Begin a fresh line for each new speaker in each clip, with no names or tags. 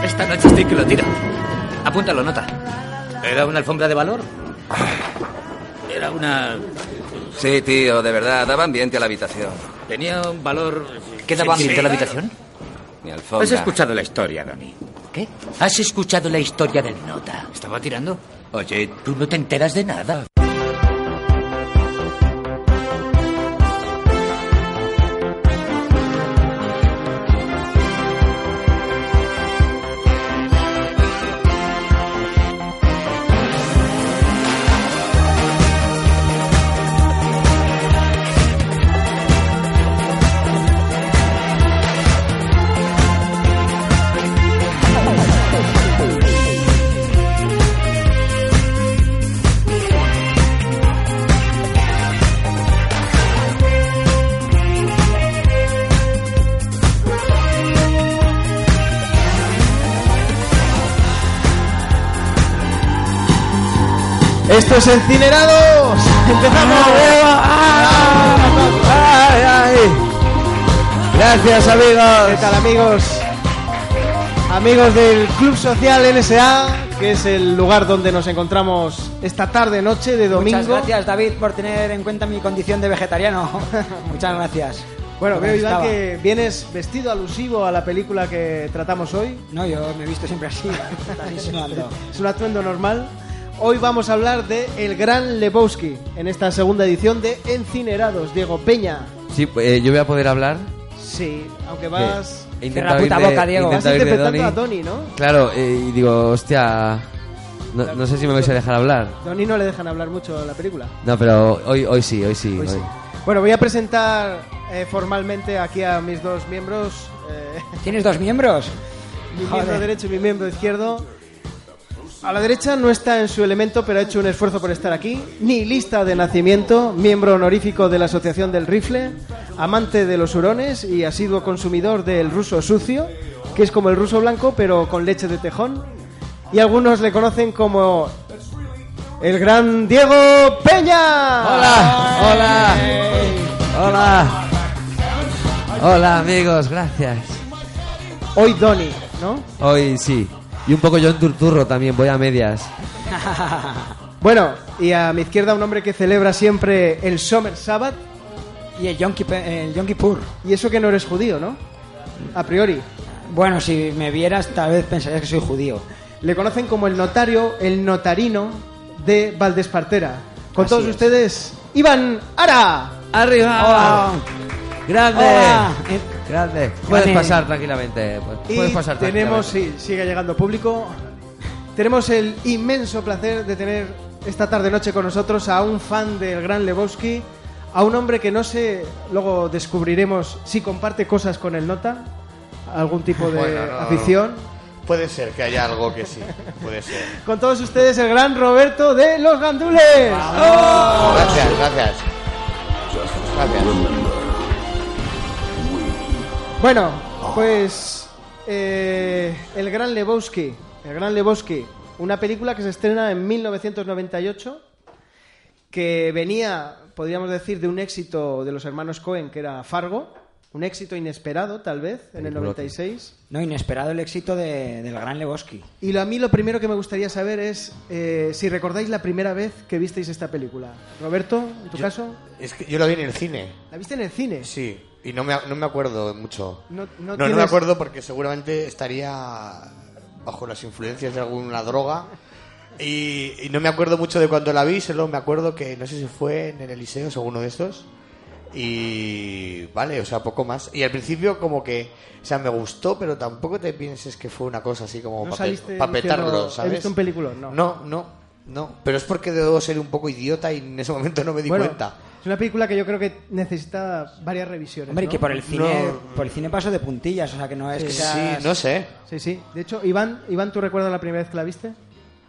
Esta noche estoy que lo tiro. Apúntalo, nota. ¿Era una alfombra de valor? Era una...
Sí, tío, de verdad, daba ambiente a la habitación.
Tenía un valor...
¿Qué daba ambiente a la habitación?
Mi alfombra.
Has escuchado la historia, Donnie.
¿Qué? ¿Has escuchado la historia del nota?
¿Estaba tirando?
Oye, tú no te enteras de nada.
¡Esto es Encinerados! ¡Empezamos! ¡Ay, ay! Gracias, amigos. ¿Qué tal, amigos? Amigos del Club Social NSA, que es el lugar donde nos encontramos esta tarde, noche de domingo.
Muchas gracias, David, por tener en cuenta mi condición de vegetariano. Muchas gracias.
Bueno,
Lo
veo, Iván,
necesitaba.
que vienes vestido alusivo a la película que tratamos hoy.
No, yo me he visto siempre así. Estás insinuando.
Es un atuendo normal. Hoy vamos a hablar de El Gran Lebowski en esta segunda edición de Encinerados. Diego Peña.
Sí, pues, eh, yo voy a poder hablar.
Sí, aunque vas.
He
Cierra
intentado
la puta
ir de-
boca, Diego.
he
Vas
intentado ir de
interpretando a
Donnie.
Tony, ¿no?
Claro, eh, y digo, hostia, no, no sé si me vais a dejar hablar.
Donnie no le dejan hablar mucho a la película.
No, pero hoy, hoy sí, hoy sí.
Hoy sí.
hoy.
Bueno, voy a presentar eh, formalmente aquí a mis dos miembros, eh,
¿Tienes dos miembros?
mi
Joder.
miembro derecho y mi miembro izquierdo. A la derecha no está en su elemento, pero ha hecho un esfuerzo por estar aquí. Ni lista de nacimiento, miembro honorífico de la Asociación del Rifle, amante de los hurones y asiduo consumidor del ruso sucio, que es como el ruso blanco, pero con leche de tejón. Y algunos le conocen como el gran Diego Peña.
Hola, hola, hola. Hola, amigos, gracias.
Hoy Donny, ¿no?
Hoy sí. Y un poco yo en Turturro también, voy a medias.
Bueno, y a mi izquierda un hombre que celebra siempre el Summer Sabbath.
Y el Yom Kippur. El Yom Kippur.
Y eso que no eres judío, ¿no? A priori.
Bueno, si me vieras, tal vez pensarías que soy judío.
Le conocen como el notario, el notarino de Valdespartera. Con todos ustedes, Iván Ara.
¡Arriba!
Ah.
¡Grande!
Hola. Eh,
¡Grande! Puedes
Grande.
pasar tranquilamente. pu-
Y
Puedes pasar
tenemos,
tranquilamente.
sí, sigue llegando público. Tenemos el inmenso placer de tener esta tarde noche con nosotros a un fan del gran Lebowski, a un hombre que no sé, luego descubriremos si comparte cosas con el Nota, algún tipo de
Bueno, no, no.
afición.
Puede ser que haya algo que sí, puede ser.
Con todos ustedes el gran Roberto de Los Gandules.
Gracias, gracias. Gracias.
Bueno, pues eh, El Gran Lebowski, El Gran Lebowski, una película que se estrena en 1998 que venía, podríamos decir, de un éxito de los hermanos Cohen que era Fargo, un éxito inesperado tal vez en el 96.
No, inesperado el éxito de- del gran Lebowski.
Y lo- a mí lo primero que me gustaría saber es eh, si recordáis la primera vez que visteis esta película. Roberto, en tu caso,
Es que yo lo vi en el cine,
¿la viste en el cine?
sí, y no me, no me acuerdo mucho.
No- no
no,
tienes-
me acuerdo porque seguramente estaría bajo las influencias de alguna droga. Y, y no me acuerdo mucho de cuando la vi, solo me acuerdo que no sé si fue en el Eliseo o alguno de estos. Y vale, o sea, poco más. Y al principio como que, o sea, me gustó, pero tampoco te pienses que fue una cosa así como
No
pa' pe-
saliste
pa'
diciendo,
petarlo, ¿sabes?
He visto un peliculón, no.
No, no, no. Pero es porque debo ser un poco idiota y en ese momento no me di
Bueno,
cuenta.
Es una película que yo creo que necesita varias revisiones.
Hombre, y
¿no?
que por el cine,
No.
por el cine paso de puntillas, o sea que no es que
Sí,
seas-
no sé.
Sí, sí. De hecho, Iván, Iván, ¿tú recuerdas la primera vez que la viste?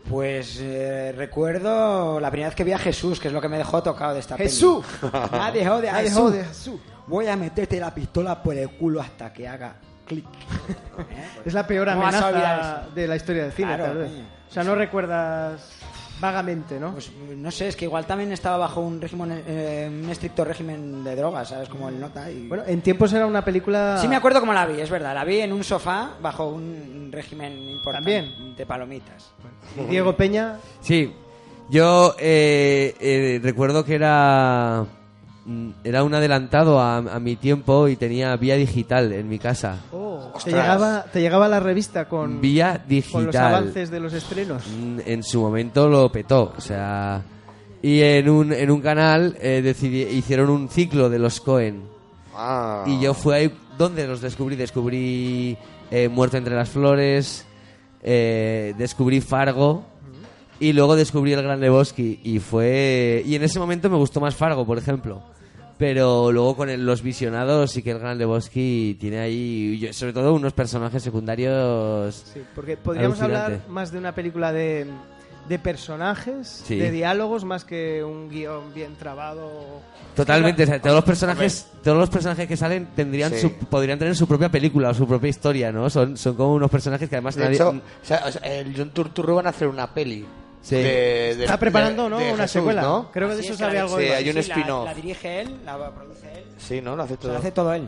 Pues eh, recuerdo la primera vez que vi a Jesús, que es lo que me dejó tocado de esta peli.
¡Jesús!
Nadie jode a
Nadie
Jesús.
jode a Jesús.
Voy a meterte la pistola por el culo hasta que haga clic.
¿Eh? Es la peor
No vas a olvidar
amenaza
eso.
de la historia del cine,
Claro,
tal vez.
coño.
O sea, no recuerdas vagamente, ¿no?
Pues no sé, es que igual también estaba bajo un régimen, eh, un estricto régimen de drogas, ¿sabes? Como el nota y...
bueno, en tiempos era una película...
Sí me acuerdo cómo la vi, es verdad. La vi en un sofá bajo un régimen importante
También.
de palomitas.
Y Diego Peña,
Sí, yo eh, eh, recuerdo que era mm, era un adelantado a, a mi tiempo y tenía vía digital en mi casa.
te
Ostras.
llegaba, te llegaba la revista con,
Vía
con los
digital.
avances de los estrenos.
Mm, En su momento lo petó, o sea, y en un en un canal eh, decidi- hicieron un ciclo de los Cohen
Ah.
y yo fui ahí donde los descubrí, descubrí eh, Muerto entre las flores, eh, descubrí Fargo. Y luego descubrí el Gran Lebowski y fue... Y en ese momento me gustó más Fargo, por ejemplo. Pero luego con el- los visionados sí que el Gran Lebowski tiene ahí, yo- sobre todo, unos personajes secundarios...
Sí, porque podríamos
Alucinante.
hablar más de una película de, de personajes,
Sí.
de diálogos, más que un guión bien trabado.
Totalmente, o sea, todos los personajes, todos los personajes que salen tendrían
Sí.
su- podrían tener su propia película o su propia historia, ¿no? Son, son como unos personajes que además
De
nadie-
hecho, o sea, o sea, el John Turturro van a hacer una peli.
Sí.
de- de-
Está preparando,
de-
¿no?
de
una
Jesús,
secuela.
¿no?
Creo que de
Así
eso
es,
sabe
la-
algo.
sí,
Iván.
hay un
la-
spin-off.
La, dirige él, la produce él,
Sí, ¿no? Lo hace
o sea,
todo.
lo hace todo él.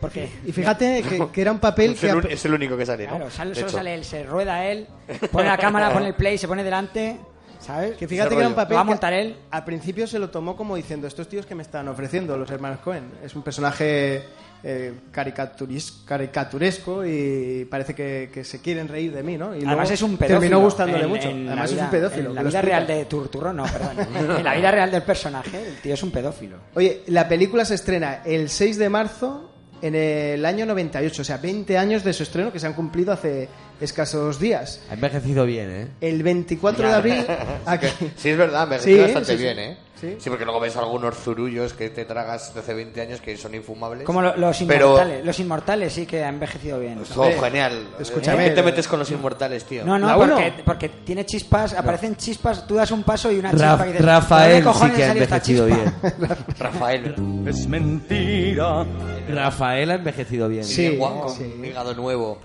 Porque,
Y fíjate que, que era un papel
es,
que...
el,
a-
un- es el único que sale, ¿no?
claro, sale-
De
solo
hecho.
sale él, se rueda él, pone la cámara, pone el play, se pone delante, ¿sabes?
Que fíjate que era un papel
Lo va a
que
montar él.
Al principio se lo tomó como diciendo, estos tíos que me están ofreciendo los hermanos Cohen. Es un personaje eh, caricaturis- caricaturesco y parece que, que se quieren reír de mí, ¿no? Y
Además
luego
es un pedófilo.
Terminó gustándole
En-
mucho.
en la
Además es un
vida-
pedófilo.
En
que
la
lo
vida real
explica.
de Turturro, no, perdón. En la vida real del personaje, el tío es un pedófilo.
Oye, la película se estrena el 6 de marzo en el año 98, o sea, 20 años de su estreno que se han cumplido hace escasos días.
Ha envejecido bien, ¿eh?
El 24 de abril... aquí-
Sí, es verdad, me
Sí,
recibe bastante
sí, sí.
bien, ¿eh?
Sí.
Sí. porque luego ves algunos zurullos que te tragas de hace 20 años que son infumables.
Como lo- los
Pero-
inmortales. Los inmortales sí que ha envejecido bien.
Pues,
Oh, genial.
Escúchame.
¿Por qué te metes con los inmortales, tío?
No,
La
no,
uno.
porque, porque tiene chispas, aparecen chispas, tú das un paso y una
Ra-
chispa que dices, "¿De
Rafael
dónde
sí
cojones
que ha
salió esta
envejecido
chispa?".
bien.
Rafael.
Es mentira.
Rafael ha envejecido bien.
Sí,
Sí, guapo,
sí.
hígado nuevo.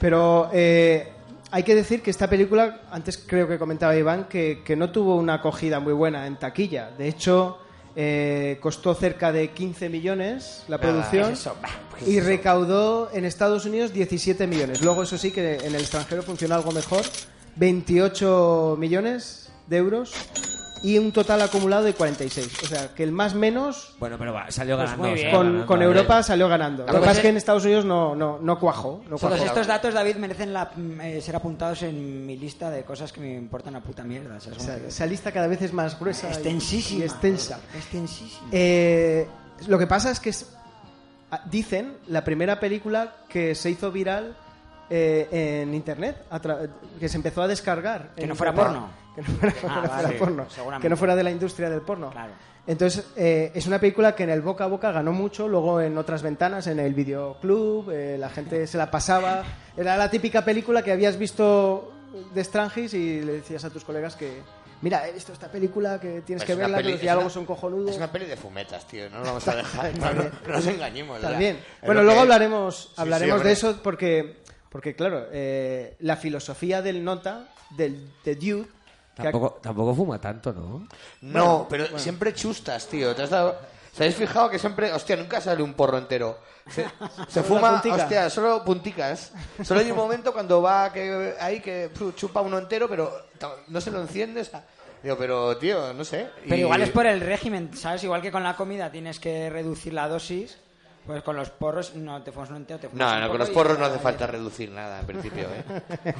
Pero eh, hay que decir que esta película, antes creo que comentaba Iván, que, que no tuvo una acogida muy buena en taquilla. De hecho, eh, costó cerca de 15 millones la producción
es eso, bah, ¿qué es
y
eso?
recaudó en Estados Unidos 17 millones. Luego, eso sí, que en el extranjero funcionó algo mejor, 28 millones de euros y un total acumulado de 46. O sea, que el más menos...
Bueno, pero va, salió
Pues
ganando.
muy bien.
salió
Con,
ganando.
con Europa salió ganando. Lo que
pues
pasa es
es-
que en Estados Unidos no, no, no cuajó. No
Todos
cuajó.
estos datos, David, merecen la- eh, ser apuntados en mi lista de cosas que me importan a puta mierda. ¿sabes?
O sea, esa lista cada vez es más gruesa. y-
Extensísima.
Y extensa.
Extensísima.
Eh, lo que pasa es que es- a- dicen la primera película que se hizo viral eh, en internet, a tra- que se empezó a descargar.
Que
en
no fuera
internet.
porno.
Que no fuera, que
Ah,
no fuera
vale,
porno.
seguramente.
Que no fuera de la industria del porno.
Claro.
Entonces, eh, es una película que en el boca a boca ganó mucho, luego en otras ventanas, en el videoclub, eh, la gente se la pasaba. Era la típica película que habías visto de Strangis y le decías a tus colegas que, mira, he visto esta película, que tienes
Pues Es
que
una
verla,
peli-
que los
es
diálogos
una-
son cojonudos.
Es una peli de fumetas, tío. No nos vamos a dejar. no, no, no nos engañemos. ya.
También.
Es
Bueno,
lo
luego
que- Sí,
hablaremos,
sí,
hablaremos
hombre.
de eso porque, porque claro, eh, la filosofía del nota, del de Dude, que ha-
Tampoco, tampoco fuma tanto, ¿no?
No, pero siempre chustas, tío. ¿Te has dado- ¿Se habéis fijado que siempre, hostia, nunca sale un porro entero? Se, se
la
fuma,
puntica.
hostia, solo punticas. Solo hay un momento cuando va que, ahí que pf, chupa uno entero, pero ta- no se lo enciende. o sea, digo, pero tío, no sé.
Pero
Y-
igual es por el régimen, ¿sabes? Igual que con la comida tienes que reducir la dosis, pues con los porros no te fumas un entero, te fumas
No,
un
no,
poco
con los
y-
porros no hace
¿eh?
falta reducir nada en principio, ¿eh?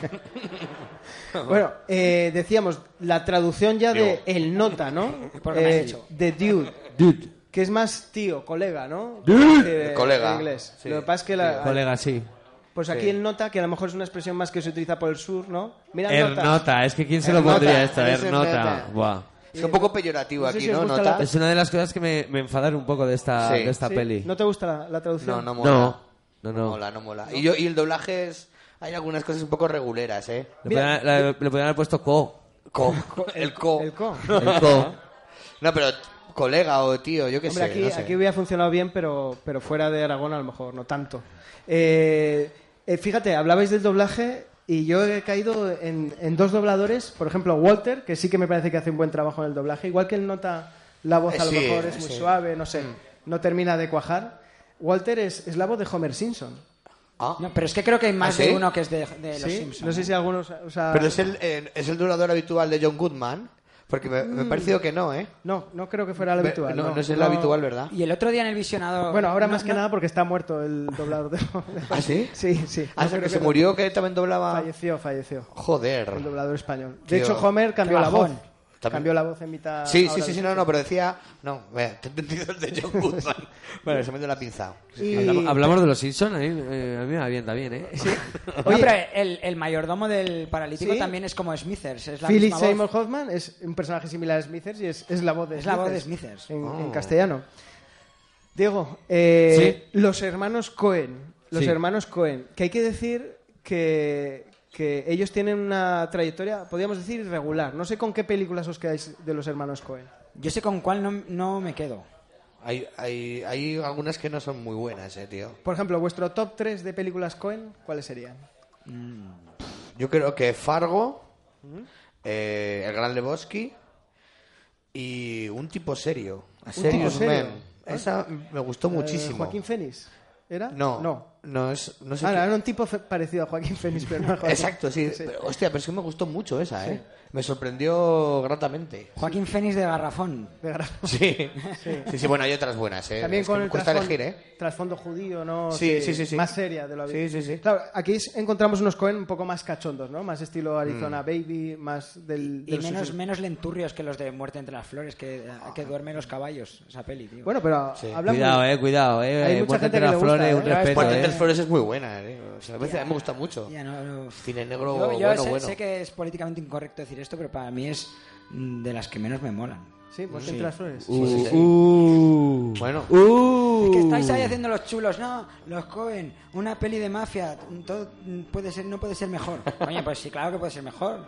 bueno, eh, decíamos, la traducción ya de
Digo.
el nota, ¿no?
Porque me has
Eh,
dicho.
De Dude.
Dude.
Que es más tío, colega, ¿no?
Eh,
Dude.
colega.
inglés.
Sí.
Lo que pasa es que la-
Colega, sí.
pues aquí
Sí.
el nota, que a lo mejor es una expresión más que se utiliza por el sur, ¿no? Mira el nota.
Ernota, es que ¿quién se lo
Ernota,
pondría esto?
eres
Ernota.
Ernota.
Buah.
Es un poco peyorativo
No sé
aquí,
si os
¿no?
gusta
¿Nota?
la-
Es una de las cosas que me, me enfadaron un poco de esta,
Sí.
de esta
¿Sí?
peli.
¿No te gusta la, la traducción?
No, no mola.
no, no.
No
no.
mola, no mola. Y, yo, y el doblaje es... Hay algunas cosas un poco reguleras, ¿eh?
Le,
Mira,
podían, la- le podían haber puesto co.
Co. El co.
El co.
El co.
No, pero colega o tío, yo qué
Hombre,
sé.
aquí,
no sé.
aquí hubiera funcionado bien, pero, pero fuera de Aragón a lo mejor no tanto. Eh, eh, fíjate, hablabais del doblaje y yo he caído en, en dos dobladores. Por ejemplo, Walter, que sí que me parece que hace un buen trabajo en el doblaje. Igual que él nota la voz, a lo
Eh, sí,
mejor es
eh,
muy
sí.
suave, no sé, no termina de cuajar. Walter es, es la voz de Homer Simpson.
Ah.
No, pero es que creo que hay más
¿Ah, sí?
de uno que es de, de los
¿sí?
Simpsons. ¿eh?
No sé si algunos... o sea,
Pero es el, eh, es el doblador habitual de John Goodman. Porque me, me ha parecido que no, ¿eh?
No, no creo que fuera el
Ve-
Mm. habitual.
No, no es el habitual, ¿verdad?
Y el otro día en el visionado.
Bueno, ahora
no-
más que
no-
nada porque está muerto el doblador de
¿Ah, sí?
Sí, sí. No
Ah, ¿es el
creo
que se
no.
murió, que también doblaba...
Falleció, falleció. El
Joder.
doblador español. De
Tío,
hecho, Homer cambió
qué
la voz.
bajón.
También-
Cambió la voz en mitad.
Sí, sí,
ahora
sí,
de-
sí, no, no, pero decía... No, vea, te he entendido el de John Goodman. bueno, se me dio la pinza.
Y-
Hablamos, hablamos de los Simpsons, a mí, eh, a mí me avienta bien, ¿eh?
No, pero el, el mayordomo del paralítico
Sí.
también es como Smithers. Es la
Philip
misma voz.
Seymour Hoffman es un personaje similar a Smithers y es, es la voz de
Es la voz de Smithers.
En, en
Oh.
castellano. Diego, eh, los hermanos Cohen. Los
Sí.
hermanos Cohen. Que hay que decir que, que ellos tienen una trayectoria, podríamos decir, irregular. No sé con qué películas os quedáis de los hermanos Cohen.
Yo sé con cuál no, no me quedo.
Hay, hay, hay algunas que no son muy buenas, eh, tío.
Por ejemplo, vuestro top 3 de películas Cohen, ¿cuáles serían?
Yo creo que Fargo, eh, El Gran Lebowski y Un tipo serio. A Serious
tipo serio.
Man. Esa me gustó
Eh,
muchísimo.
¿Joaquín Fénix? ¿Era?
No,
No.
no, es, no sé
Ah,
qué-
era un tipo fe- parecido a Joaquín Fénix, pero no a Joaquín.
Exacto, sí. Pero, hostia, pero es que me gustó mucho esa, ¿eh? Me sorprendió gratamente.
Joaquín Fénix de Garrafón.
De Garrafo.
Sí. sí, sí, bueno, hay otras buenas, ¿eh?
También
Es que
con
me
el
cuesta
trasfondo,
elegir, ¿eh?
trasfondo judío, ¿no?
Sí, sí, sí, sí.
Más seria de lo habitual.
Sí, sí, sí.
Claro, aquí es- encontramos unos Cohen un poco más cachondos, ¿no? Más
Mm.
estilo Arizona Baby, más del...
Y
del
menos,
sushi.
menos lenturrios que los de Muerte entre las Flores, que, que duermen los caballos. Esa peli, tío.
Ah. Bueno, pero habla
Cuidado,
muy-
eh, cuidado, eh.
Hay mucha
Muerte
gente
entre
que le
las
gusta,
flores,
¿eh?
un
Pero es
respeto,
Puerta entre
eh.
las Flores es muy buena, ¿eh? O sea, a veces me gusta mucho.
Ya no- no-
Cine negro,
Yo- yo
bueno,
sé,
bueno.
sé que es políticamente incorrecto decir esto, pero para mí es mm, de las que menos me molan.
Sí,
Mm.
pues entre las flores.
Sí, sí, sí.
Uh,
Bueno,
uh.
Es que estáis ahí haciendo los chulos, no, los Cohen, una peli de mafia, todo mm, puede ser, no puede ser mejor. Oye, pues sí, claro que puede ser mejor.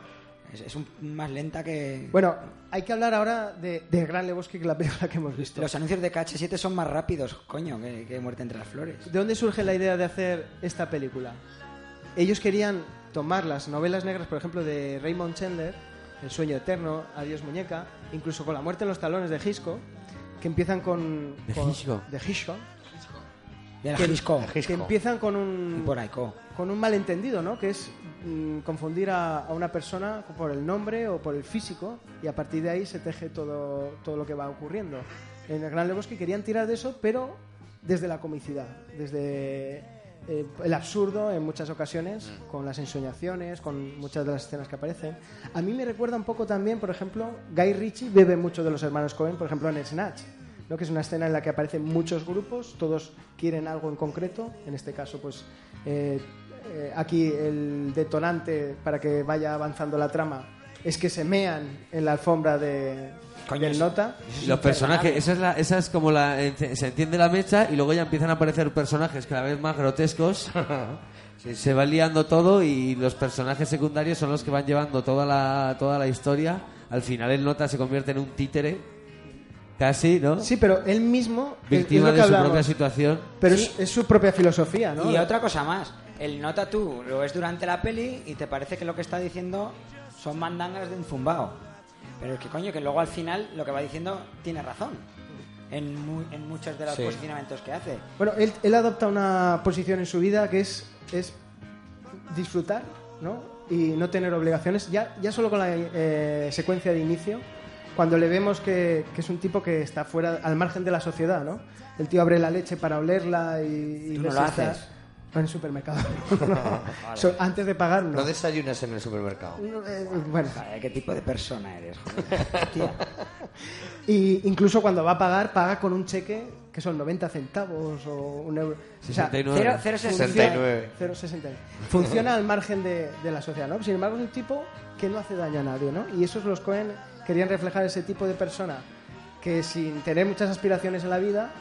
Es, es un- más lenta que.
Bueno, hay que hablar ahora de, de Gran Lebowski, que es la película que hemos visto.
los anuncios de KH7 son más rápidos, coño, que, que Muerte entre las Flores.
¿De dónde surge la idea de hacer esta película? Ellos querían tomar las novelas negras, por ejemplo, de Raymond Chandler, El sueño eterno, Adiós muñeca, incluso con La muerte en los talones de Hitchcock, que empiezan con...
De
con-
Hitchcock.
de Hitchcock,
Del
que-
Jalisco.
Que empiezan con un...
Por Aico.
con un malentendido, ¿no? Que es mm, confundir a, a una persona por el nombre o por el físico y a partir de ahí se teje todo, todo lo que va ocurriendo. En el Gran Lebowski querían tirar de eso, pero desde la comicidad, desde eh, el absurdo en muchas ocasiones, con las ensoñaciones, con muchas de las escenas que aparecen. A mí me recuerda un poco también, por ejemplo, Guy Ritchie bebe mucho de los hermanos Cohen, por ejemplo, en Snatch. ¿no? que es una escena en la que aparecen muchos grupos, todos quieren algo en concreto, en este caso pues eh, eh, aquí el detonante para que vaya avanzando la trama es que se mean en la alfombra de
Coño,
del
eso-
nota.
Los personajes, esa es, la, esa es como la. ence- Se entiende la mecha y luego ya empiezan a aparecer personajes cada vez más grotescos. Se va liando todo y los personajes secundarios son los que van llevando toda la, toda la historia. Al final el nota se convierte en un títere, casi, ¿no?
Sí, pero él mismo es- es
Víctima
lo que
de su
hablamos,
propia situación.
pero es, es su propia filosofía, ¿no?
Y otra cosa más, el nota tú lo ves durante la peli y te parece que lo que está diciendo son mandangas de un zumbao. Pero es que coño, que luego al final lo que va diciendo tiene razón. En, mu- en muchos de los posicionamientos que hace.
Bueno, él, él adopta una posición en su vida que es, es disfrutar, ¿no? Y no tener obligaciones. Ya, ya solo con la eh, secuencia de inicio, cuando le vemos que, que es un tipo que está fuera, al margen de la sociedad, ¿no? El tío abre la leche para olerla y... y
Tú no
ver
lo
si está-
haces.
No, en el supermercado. no. So- antes de pagar, no.
no desayunas en el supermercado.
No, eh, bueno.
Joder, ¿Qué tipo de persona eres? joder? Tío.
Y incluso cuando va a pagar, paga con un cheque que son 90 centavos o un euro. O sea,
69.
Cero- cero sesenta.
69.
0,69. Funciona al margen de, de la sociedad, ¿no? Sin embargo, es un tipo que no hace daño a nadie, ¿no? Y esos los Cohen querían reflejar ese tipo de persona que sin tener muchas aspiraciones en la vida,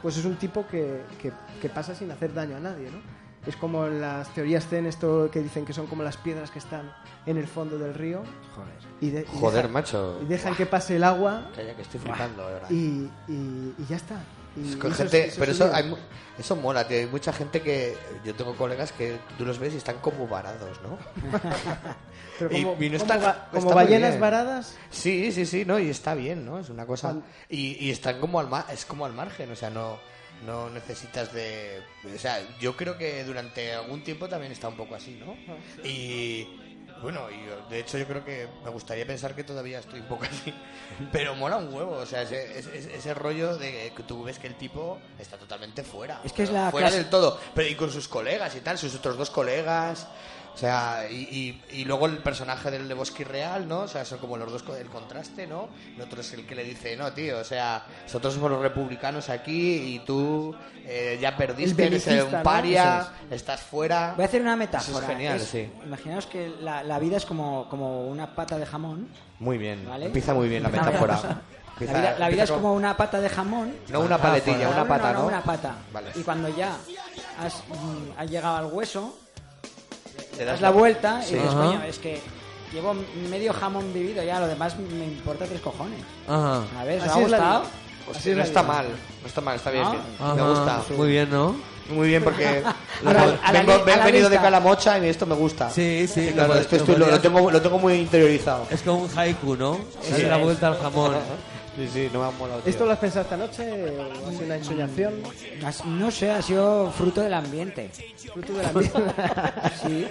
pues es un tipo que, que- que pasa sin hacer daño a nadie, ¿no? Es como en las teorías Zen, esto que dicen que son como las piedras que están en el fondo del río. Y de- y
Joder,
dejan-
macho.
Y dejan que pase el agua
Calla, que estoy flipando ahora.
y, y- y ya está. Y
Es con
eso es-
gente,
eso es
pero eso,
un-
hay mu- eso mola, tío. Hay mucha gente que. Yo tengo colegas que tú los ves y están como varados, ¿no?
Pero
y-
como,
y no
como
está-
ba- como
está muy
ballenas
bien.
varadas,
Sí, sí, sí, no, y está bien, ¿no? Es una cosa. Y, y están como al, ma- es como al margen, o sea, no, no necesitas de. O sea, yo creo que durante algún tiempo también está un poco así, ¿no? Y. Bueno, y yo- de hecho yo creo que me gustaría pensar que todavía estoy un poco así, pero mola un huevo, o sea, ese, ese- ese rollo de que tú ves que el tipo está totalmente fuera,
Es que es
pero
la
fuera
clase-
del todo, pero y con sus colegas y tal, sus otros dos colegas, o sea, y, y- y luego el personaje del Lebowski real, ¿no? O sea, son como los dos, co- el contraste, ¿no? El otro es el que le dice, no, tío, o sea, nosotros somos los republicanos aquí y tú eh, ya perdiste, eres
belicista,
un
¿no?
paria, estás fuera.
Voy a hacer una metáfora.
Eso es genial,
Es-
sí.
Imaginaos que la, la vida es como, como una pata de jamón.
Muy bien,
¿Vale?
empieza muy bien la
Una
metáfora.
cosa.
Empieza-
la vida, la vida
empieza
es como una pata de jamón.
No una paletilla,
No,
una
no,
pata,
no,
¿no?
Una pata.
Vale.
Y cuando ya has, mm, has llegado al hueso,
Te
das la vuelta
Sí.
y dices,
Ajá.
coño, es que llevo medio jamón vivido ya, lo demás me importa tres cojones.
Ajá.
A ver, ¿os
Así
ha
es la
gustado?
vida.
Hostia, no está mal, no está mal, está bien.
¿No?
bien. Me
Ajá.
gusta.
Muy bien, ¿no?
Muy bien, porque
A la- a la
vengo,
li- a la
venido de
lista.
Calamocha y esto me gusta.
Sí, sí.
Claro,
pod-
esto estoy- lo, lo
podrías-
tengo, lo tengo muy interiorizado.
Eh.
Es como un haiku, ¿no? es la vuelta al jamón.
Sí, sí, no me ha molado. tío.
¿esto lo has pensado esta noche o ha sido una ensoñación?
Has- No sé, ha sido fruto del ambiente.
Fruto de la mierda.
Sí.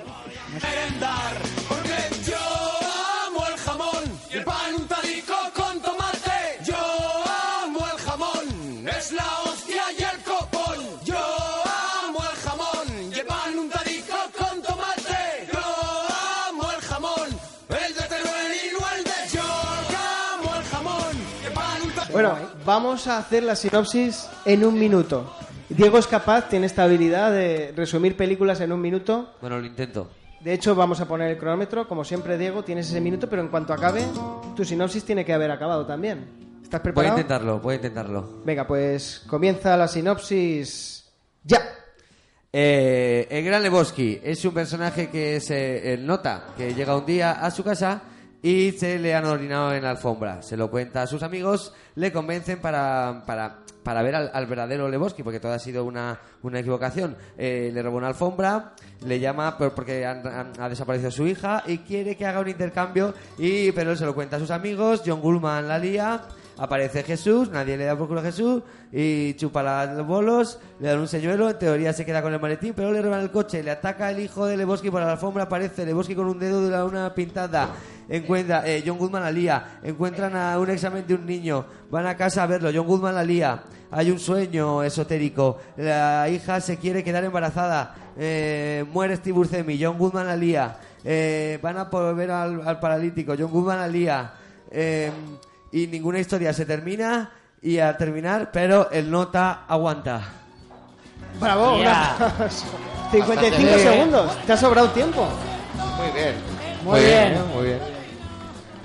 Bueno, vamos a hacer la sinopsis en un minuto. Diego es capaz, tiene esta habilidad de resumir películas en un minuto.
Bueno, lo intento.
De hecho, vamos a poner el cronómetro. Como siempre, Diego, tienes ese minuto, pero en cuanto acabe, tu sinopsis tiene que haber acabado también. ¿Estás
Voy a
preparado?
intentarlo, voy a intentarlo.
Venga, pues comienza la sinopsis ya.
Eh, el gran Lebowski es un personaje que es eh, el nota, que llega un día a su casa y se le han orinado en la alfombra. Se lo cuenta a sus amigos, le convencen para, para, para ver al, al verdadero Lebowski, porque todo ha sido una, una equivocación. Eh, le robó una alfombra, le llama por- porque han- han- ha desaparecido su hija y quiere que haga un intercambio, y, pero él se lo cuenta a sus amigos, John Gullman la lía, Aparece Jesús, nadie le da por culo a Jesús y chupa los bolos, le dan un señuelo, en teoría se queda con el maletín, pero le roban el coche, le ataca el hijo de Lebowski por la alfombra, aparece Lebowski con un dedo de la- una pintada, encuentra, eh, John Goodman la lía, encuentran a un examen de un niño, van a casa a verlo, John Goodman la lía, hay un sueño esotérico, la hija se quiere quedar embarazada, eh, muere Steve Buscemi, John Goodman la lía, eh, van a por ver al, al paralítico, John Goodman la lía, eh, y ninguna historia se termina y al terminar, pero el nota aguanta.
Bravo,
Ya.
un aplauso. 55 segundos, te ha sobrado tiempo.
Muy bien.
Muy bien.
¿eh? Muy bien.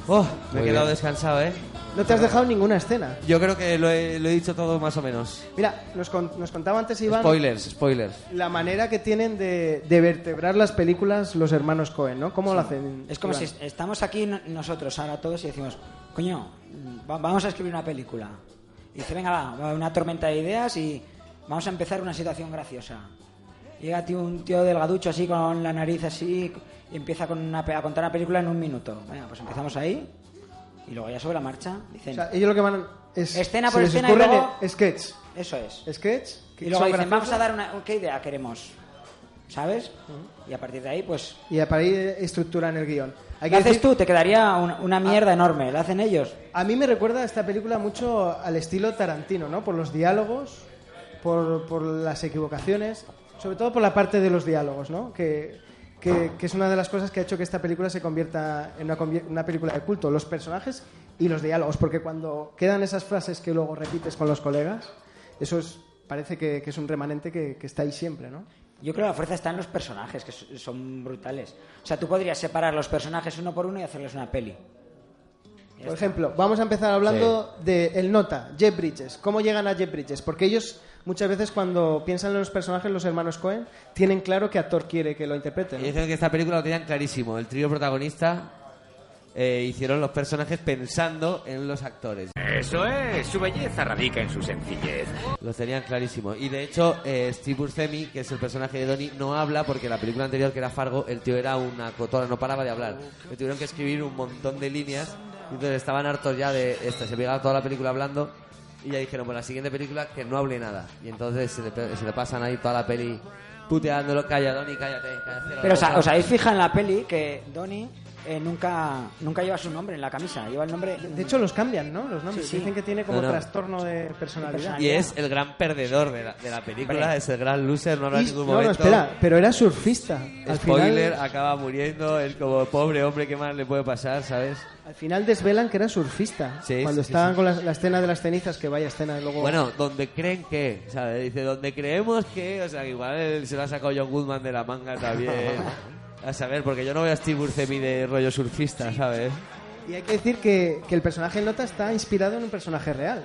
Oh, me he
Muy
quedado
bien.
descansado, ¿eh?
No te has dejado ninguna escena.
Yo creo que lo he, lo he dicho todo más o menos.
Mira, nos, con- nos contaba antes Iván
Spoilers, spoilers.
la manera que tienen de, de vertebrar las películas los hermanos Cohen, ¿no? ¿Cómo lo hacen?
Es como si
Iván?
est- estamos aquí no- nosotros ahora todos y decimos, coño, mm, va- vamos a escribir una película. Y dice, venga, va, va, una tormenta de ideas y vamos a empezar una situación graciosa. Llega tío- un tío delgaducho así con la nariz así y empieza con una, pe- a contar una película en un minuto. Venga, pues empezamos ahí y luego ya sobre la marcha
O
dicen,
sea, ellos lo que van es...
Escena
se
por
les
escena y
ocurren
luego-
eh, sketch.
eso es.
Sketch. que
Y luego
son
dicen, vamos
graciosos.
a dar una... ¿Qué idea queremos? ¿Sabes? Y a partir de ahí, pues...
Y para ahí estructuran el guión. Hay
¿Qué
que
haces
decir- Ah.
tú? Te quedaría una, una mierda enorme. ¿La hacen ellos?
A mí me recuerda esta película mucho al estilo Tarantino, ¿no? Por los diálogos, por, por las equivocaciones, sobre todo por la parte de los diálogos, ¿no? Que, que- que es una de las cosas que ha hecho que esta película se convierta en una, convier- una película de culto, los personajes y los diálogos, porque cuando quedan esas frases que luego repites con los colegas, eso es, parece que, que es un remanente que, que está ahí siempre, ¿no?
Yo creo que la fuerza está en los personajes, que so- son brutales. O sea, tú podrías separar los personajes uno por uno y hacerles una peli.
Por ejemplo, vamos a empezar hablando de el nota, Jeff Bridges. ¿Cómo llegan a Jeff Bridges? Porque ellos muchas veces cuando piensan en los personajes, los hermanos Cohen, tienen claro qué actor quiere que lo interprete.
Y
¿no?
dicen que esta película lo tenían clarísimo. El trío protagonista eh, hicieron los personajes pensando en los actores.
Eso es, su belleza radica en su sencillez.
Lo tenían clarísimo. Y de hecho, eh, Steve Buscemi, que es el personaje de Donnie, no habla porque en la película anterior, que era Fargo, el tío era una cotora, no paraba de hablar. Le tuvieron que escribir un montón de líneas. y Entonces estaban hartos ya de esta. Se pegaba toda la película hablando. Y ya dijeron, bueno, la siguiente película que no hable nada. Y entonces se le, pe- se le pasan ahí toda la peli puteándolo. Calla, Donnie, cállate. cállate
Pero os, os habéis fijado en la peli que Donnie eh, nunca, nunca lleva su nombre en la camisa, lleva el nombre...
De hecho, los cambian, ¿no? Los nombres.
Sí, sí.
Dicen que tiene como
No, no.
trastorno de personalidad.
Y es el gran perdedor de la, de la película,
Hombre.
es el gran loser, no
Y-
habla en ningún
no, no,
momento.
espera, pero era surfista. Al
Spoiler,
final,
acaba muriendo, él como pobre hombre, ¿qué más le puede pasar, sabes?
al final desvelan que era surfista.
Sí,
cuando
sí, sí,
estaban
sí.
con la, la escena de las cenizas, que vaya escena
Eh,
luego.
Bueno, donde creen que, ¿sabes? Dice, donde creemos que, o sea, que igual él se lo ha sacado John Goodman de la manga también. A saber, porque yo no veo a Steve Buscemi de rollo surfista, ¿sabes?
Y hay que decir que, que el personaje Nota está inspirado en un personaje real,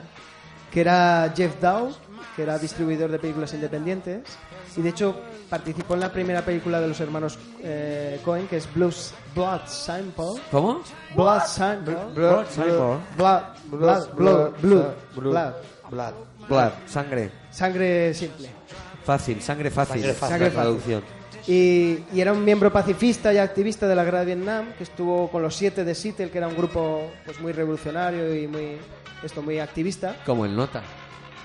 que era Jeff Dow, que era distribuidor de películas independientes, y de hecho participó en la primera película de los hermanos eh, Cohen, que es Blues, Blood Simple.
¿Cómo?
Blood Simple.
Blood
Blood,
Simple.
Blood, Blood, Blood, Blood.
Blood.
Blood, sangre.
Sangre simple.
Fácil, sangre fácil.
Sangre fácil.
Sangre
La
fácil.
traducción.
Y, y era un miembro pacifista y activista de la guerra de Vietnam, que estuvo con los siete de Seattle, que era un grupo pues muy revolucionario y muy esto muy activista.
Como el nota.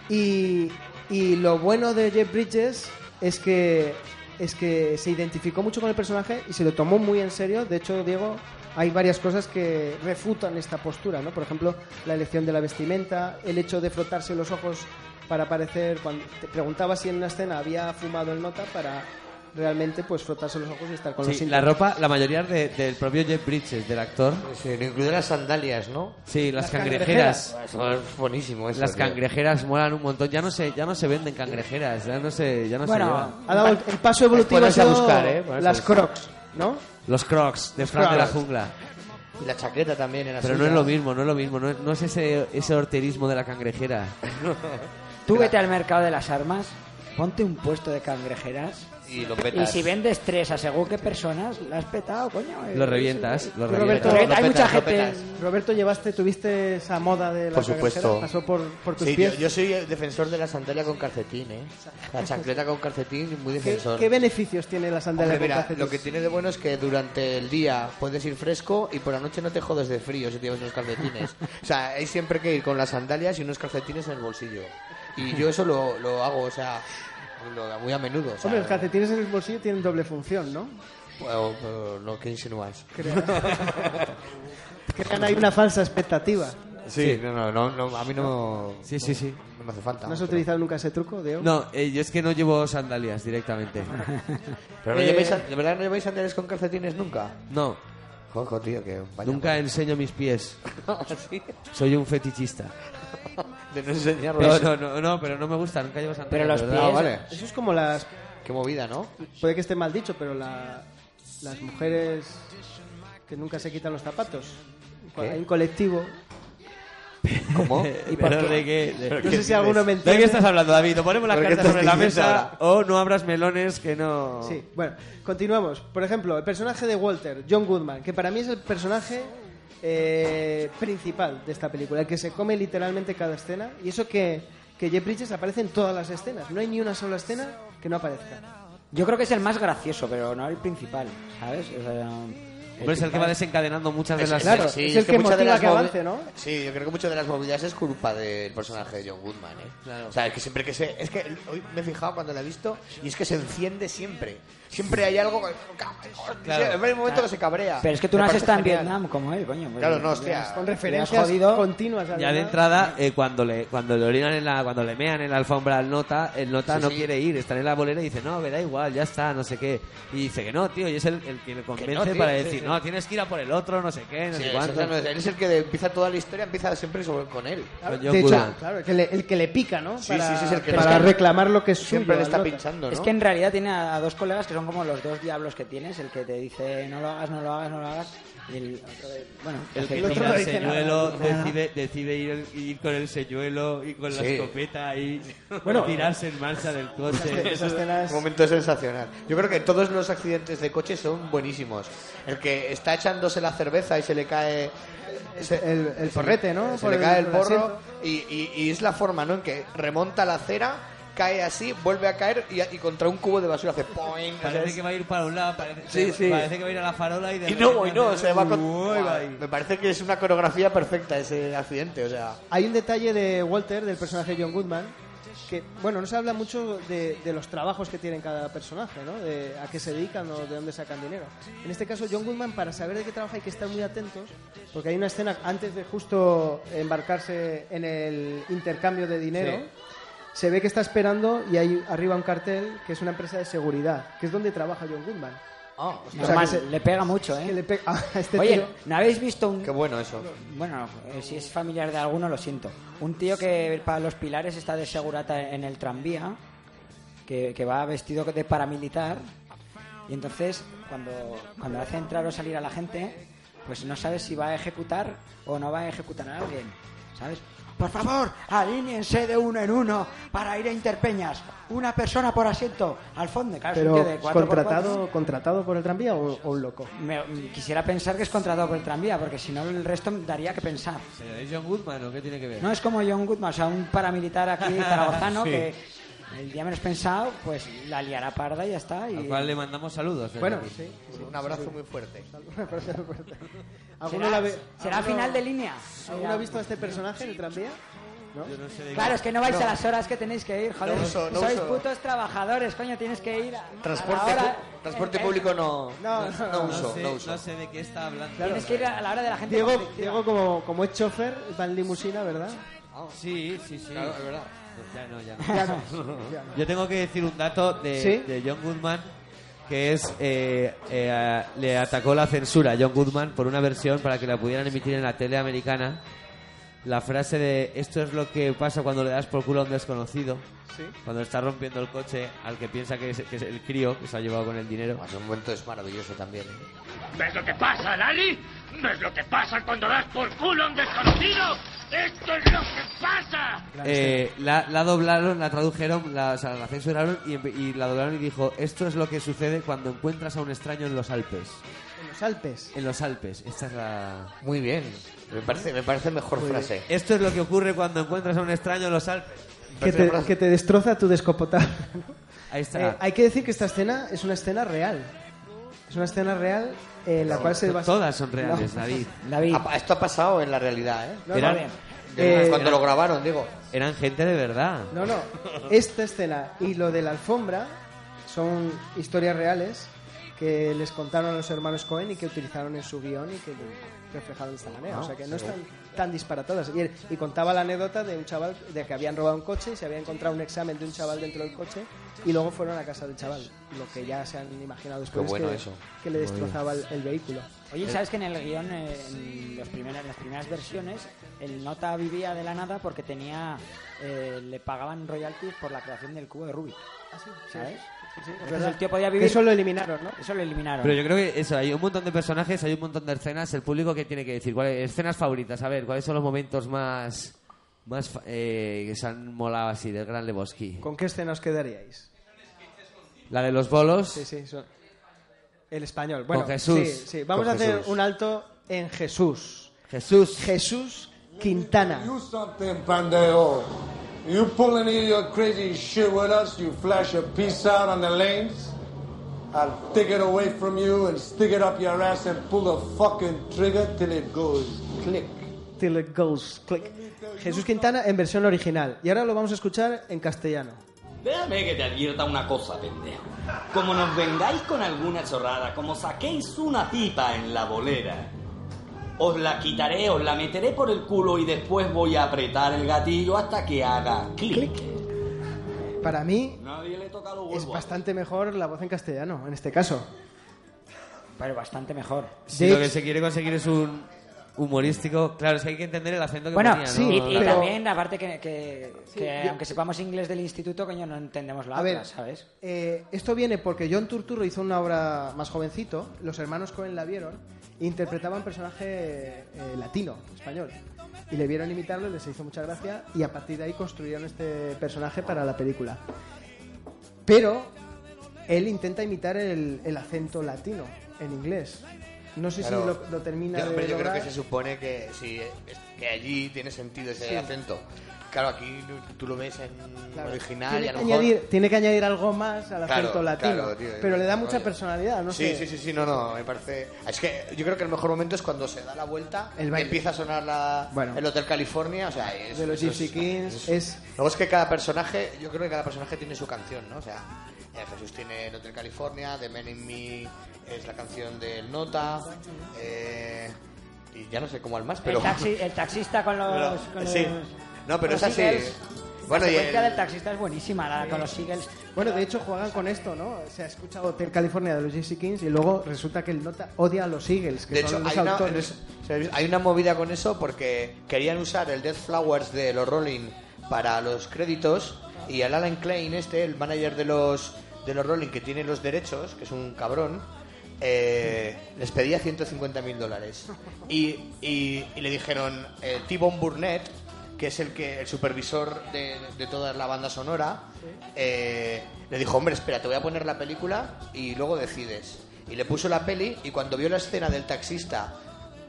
Y, y lo bueno de Jeff Bridges es que es que se identificó mucho con el personaje y se lo tomó muy en serio. De hecho, Diego, hay varias cosas que refutan esta postura, ¿no? Por ejemplo, la elección de la vestimenta, el hecho de frotarse los ojos para parecer cuando te preguntaba si en una escena había fumado el nota para realmente pues frotarse los ojos y estar con los
Sí, la
síntomas.
ropa, la mayoría de- del propio Jeff Bridges, del actor.
Sí, no incluye las sandalias, ¿no?
Sí, las,
Las
cangrejeras. Ah,
Eso es buenísimo. Eso,
Las
tío.
cangrejeras molan un montón. Ya no se, ya no se venden cangrejeras. Ya no se, ya no
Bueno,
se llevan.
Ha dado el, el paso evolutivo
Ponerse
ha
a
sido
buscar, ¿eh? Ponerse a
las
buscar.
Crocs, ¿no?
Los Crocs de Frank de la
Crocs.
jungla.
Y la chaqueta también era
Pero no
suya.
es lo mismo, no es lo mismo. No es, no es ese, ese horterismo de la cangrejera.
Tú vete al mercado de las armas, ponte un puesto de cangrejeras
Y lo
y
petas.
si vendes tres a según qué personas, la has petado, coño. eh.
Lo revientas, lo
Roberto,
revientas.
Hay
Lo
mucha
petas, lo
gente-
petas.
Roberto, llevaste, tuviste esa moda de la
Por supuesto.
cangrejeras, pasó por, por tus
Sí, yo,
pies.
yo soy defensor de la sandalia con calcetín, ¿eh? La chancleta con calcetín, muy
¿Qué,
defensor.
qué beneficios tiene la sandalia
Hombre,
con
mira,
calcetín?
lo que tiene de bueno es que durante el día puedes ir fresco y por la noche no te jodes de frío si llevas unos calcetines. o sea, hay siempre que ir con las sandalias y unos calcetines en el bolsillo. Y yo eso lo, lo hago, o sea, lo- muy a menudo. o sea,
Hombre, los calcetines en el bolsillo tienen doble función, ¿no?
bueno, pero lo que insinúas.
Crean, crean ahí una falsa expectativa.
Sí, No, no, no, no, a mí no,
Sí, sí, sí.
no me hace falta.
¿No has
pero-
utilizado nunca ese truco, Diego?
No, eh, yo es que no llevo sandalias directamente.
Pero no
Eh,
lleváis san- ¿De verdad no lleváis sandalias con calcetines nunca?
No,
Jojo, tío, que vaya
nunca enseño mis pies.
Sí,
Soy un fetichista.
De no enseñarlo.
No, no, no, no, pero no me gusta, nunca llevo sandalias.
Pero los
de
pies,
verdad.
Ah, vale.
Eso es como las...
Qué movida, ¿no?
Puede que esté mal dicho, pero la- las mujeres que nunca se quitan los zapatos.
¿Qué?
Hay un colectivo.
¿Cómo?
Pero de qué- de-
No sé si alguno me
¿De
entiende.
qué estás hablando, David? ¿O ponemos las
¿Pero qué
cartas sobre
estás
la
diciendo
mesa o no abras melones que no...
Sí, bueno, continuamos. Por ejemplo, el personaje de Walter, John Goodman, que para mí es el personaje eh, principal de esta película, el que se come literalmente cada escena. Y eso que, que Jeff Bridges aparece en todas las escenas. No hay ni una sola escena que no aparezca.
Yo creo que es el más gracioso, pero no el principal, ¿sabes? O sea,
Hombre, es el que va desencadenando muchas de las...
claro, es el que
muchas de
motiva
las
que
movi-
avance, ¿no?
Sí, yo creo que muchas de las movidas es culpa del personaje de John Goodman, ¿eh?
Claro.
O sea, es que siempre que se... Es que hoy me he fijado cuando la he visto y es que se enciende siempre. Siempre hay algo... que- Siempre hay un momento que se cabrea.
Pero es que tú
Me
no has
parece
estado en
genial.
Vietnam como él, coño. pues,
Claro, no,
ya-
hostia.
Con
Pero
referencias
jodido.
continuas. al
Ya de
final.
entrada, eh, cuando le cuando le orinan en la, cuando le mean en la alfombra al nota, el nota
Sí,
no
sí.
quiere ir, está en la bolera y dice, no, me da igual, ya está, no sé qué. Y dice que no, tío, y es el, el que le
no,
convence
tío,
para
sí,
decir,
sí.
No, tienes que ir a por el otro, no sé qué, no
Sí,
sé
eso
cuánto.
no es- él es el que de- empieza toda la historia, empieza siempre sobre- con él.
Claro,
John
de hecho,
Goodman.
claro, el que, le, el que le pica, ¿no?
Sí, sí, sí, es el que le
para
pica.
reclamar lo que es
Siempre
suyo
le
al
está
Nota.
pinchando, ¿no?
Es que en realidad tiene a, a dos colegas que son como los dos diablos que tienes, el que te dice no lo hagas, no lo hagas, no lo hagas, y el otro de- bueno,
El
que
que
el otro
dice,
tira
no
el
dice nada,
señuelo,
no dice nada.
decide, decide ir, ir con el señuelo y con la
Sí.
escopeta y
Bueno.
tirarse en marcha del coche.
Esas escenas-
Un momento sensacional. Yo creo que todos los accidentes de coche son buenísimos. El que está echándose la cerveza y se le cae se-
el- el porrete, ¿no?
Se
Por
le
el-
cae el
por el
porro y, y- y es la forma, ¿no? En que remonta la acera, cae así, vuelve a caer y, y contra un cubo de basura hace poing. o sea,
Parece
es-
que va a ir para un lado, parece,
Sí, sí.
parece que va a ir a la farola y de
Y no, y
repente
no, o sea, va con...
Uy, va ahí.
Me parece que es una coreografía perfecta ese accidente, o sea...
Hay un detalle de Walter, del personaje John Goodman, que, bueno, no se habla mucho de, de los trabajos que tienen cada personaje, ¿no? De a qué se dedican o de dónde sacan dinero. En este caso, John Goodman, para saber de qué trabaja hay que estar muy atentos, porque hay una escena antes de justo embarcarse en el intercambio de dinero. Se ve que está esperando y hay arriba un cartel que es una empresa de seguridad, que es donde trabaja John Goodman.
normal,
O sea, que se-
le pega mucho,
Que
¿eh?
le pega a este
Oye,
tío.
¿no habéis visto un
Qué bueno eso.
bueno, eh, si es familiar de alguno lo siento, un tío que para los pilares está de segurata en el tranvía, que, que va vestido de paramilitar y entonces cuando cuando hace entrar o salir a la gente, pues no sabes si va a ejecutar o no va a ejecutar a alguien, ¿sabes? Por favor, alíñense de uno en uno para ir a Interpeñas. Una persona por asiento al fondo. Claro, es un
Pero
tío de cuatro por cuatro.
contratado, contratado por el tranvía o, o un loco.
Me- mm, quisiera pensar que es contratado por el tranvía, porque si no el resto me daría que pensar.
¿Pero ¿Es John Goodman o qué tiene que ver?
No es como John Goodman, o sea, un paramilitar aquí zaragozano que el día menos pensado, pues la liará parda y ya está. Y...
Al cual le mandamos saludos. desde
Bueno,
aquí.
sí.
Un abrazo muy fuerte.
Me parece muy fuerte. ¿Alguno
¿Será,
la ve-
será
alguno-
final de línea?
¿Alguno ha visto a este personaje en el tranvía?
Yo no sé de
Claro, es que no vais a las horas que tenéis que ir, joder.
No uso, no
Sois
uso.
putos trabajadores, coño, tienes que ir. a- a la
Transporte,
hora-
pu- transporte
eh, eh,
público no,
No, no,
no, no
qué- no
uso,
sé-
no uso.
no sé de qué está hablando.
Tienes que ir a la hora de la gente.
Diego,
conflictiva.
Diego como, como es chofer, va en limusina, ¿verdad?
Oh. Sí, sí, sí.
Claro, es verdad.
Pues ya no, ya no.
Ya no, ya no.
Yo tengo que decir un dato de,
¿Sí?
de John Goodman que es eh, eh, a- le atacó la censura a John Goodman por una versión para que la pudieran emitir en la tele americana la frase de esto es lo que pasa cuando le das por culo a un desconocido cuando está rompiendo el coche al que piensa que es, que es el crío que se ha llevado con el dinero
Bueno, ese momento es maravilloso también. ¿eh?
¿Ves lo que pasa, Lali? ¿Ves lo que pasa cuando das por culo a un desconocido? ¡Esto es lo que pasa!
Eh, la, la doblaron la tradujeron la, o sea, la censuraron y, empe- y la doblaron y dijo esto es lo que sucede cuando encuentras a un extraño en los Alpes
En los Alpes.
en los Alpes esta es la
Muy bien. Me parece, me parece mejor frase.
Esto es lo que ocurre cuando encuentras a un extraño en los Alpes.
Que
Parece
te,
frase.
que te destroza tu descopotable.
Ahí está.
Eh, hay que decir que esta escena es una escena real. Es una escena real en la cual se basa...
Todas son reales,
No.
David.
David,
Ha- Esto ha pasado en la realidad, ¿eh?
No,
Era-
no,
Que
Eh,
Cuando lo grabaron, digo.
Eran gente de verdad.
No, no. Esta escena y lo de la alfombra son historias reales que les contaron a los hermanos Cohen y que utilizaron en su guión y que lo reflejaron de esta manera. O sea que no están tan disparatadas. Y, él- y contaba la anécdota de un chaval de que habían robado un coche y se había encontrado un examen de un chaval dentro del coche y luego fueron a casa del chaval. Lo que ya se han imaginado después
Qué
es
bueno
que,
eso.
que le destrozaba el, el vehículo.
Oye, ¿sabes que en el guión, eh, en los primeras, las primeras versiones, el Nota vivía de la nada porque tenía. eh, le pagaban royalties por la creación del cubo de Rubik.
Ah,
¿Sabes? Entonces
verdad.
Pues el tío podía
Que
vivir.
eso lo eliminaron, ¿no?
eso lo eliminaron.
Pero yo creo que eso, hay un montón de personajes, hay un montón de escenas. El público que tiene que decir, ¿cuáles escenas favoritas? A ver, ¿cuáles son los momentos más más fa- eh, que se han molado así del Gran Lebowski?
¿Con qué escena os quedaríais?
La de los bolos.
Sí, sí, eso. El español. Bueno,
Con Jesús.
sí, sí. Vamos
Con
a hacer
Jesús.
un alto en Jesús.
Jesús.
Jesús Quintana.
something, Pandeo. You pulling in your crazy shit with us, you flash a piece out on the lanes. I'll take it away from you and stick it up your ass and pull the fucking trigger till it goes click.
Till it goes click. Jesús Quintana en versión original. Y ahora lo vamos a escuchar en castellano.
Déjame que te advierta una cosa, pendejo. Como nos vengáis con alguna chorrada, como saquéis una pipa en la bolera, os la quitaré, os la meteré por el culo y después voy a apretar el gatillo hasta que haga clic.
Para mí
Nadie le toca los
es
huevos.
bastante mejor la voz en castellano, en este caso.
pero bastante mejor.
Si lo que se quiere conseguir es un humorístico. Claro, es que hay que entender el acento que
Bueno,
ponía, ¿no?
sí, y, y
Claro.
también, aparte que, que- que
yo-
aunque sepamos inglés del instituto, coño, no entendemos la
A
otra,
ver,
¿sabes?
eh, esto viene porque John Turturro hizo una obra más jovencito, los hermanos Cohen la vieron, e interpretaban personaje eh, latino, español, y le vieron imitarlo, les hizo mucha gracia, y a partir de ahí construyeron este personaje para la película. Pero él intenta imitar el, el acento latino en inglés. No sé
Claro.
si lo, lo termina
Yo,
de
hombre, yo creo
lograr.
que se supone que, sí, es- que allí tiene sentido ese
Sí.
acento. Claro, aquí tú lo ves en
Claro.
original y
tiene,
a
que
lo mejor...
añadir, tiene que añadir algo más al
Claro,
acento latino,
claro, tío,
pero le da mucha
coño.
personalidad, no
sí,
sé.
sí, sí, sí, no, no, me parece... Ah, Es que yo creo que el mejor momento es cuando se da la vuelta,
El baile.
empieza a sonar la,
Bueno.
el Hotel California, o sea, es-
de los
eso es-
Gypsy Kings
eso
es
Luego es que cada personaje, yo creo que cada personaje tiene su canción, ¿no? O sea, eh, Jesús tiene el Hotel California, The Man in Me es la canción del Nota, eh, y ya no sé cómo al más, pero...
el, taxi- el taxista con los...
Pero-
con
sí.
los-
No, pero
con los
es así.
Eagles.
Bueno,
la
y
secuencia
el-
del taxista es buenísima, la con los Eagles.
Bueno, de hecho juegan con esto, ¿no? Se ha escuchado Hotel California de los Jesse Kings y luego resulta que el nota odia a los Eagles, que
De
son
hecho,
los
hay una,
autores.
en es- hay una movida con eso porque querían usar el Death Flowers de los Rolling para los créditos y al Alan Klein, este, el manager de los, de los Rolling que tiene los derechos, que es un cabrón, eh, les pedía 150 mil dólares. Y, y- y le dijeron, eh, T-Bone Burnett, que es el, que, el supervisor de, de toda la banda sonora, eh, le dijo, hombre, espera, te voy a poner la película y luego decides. Y le puso la peli y cuando vio la escena del taxista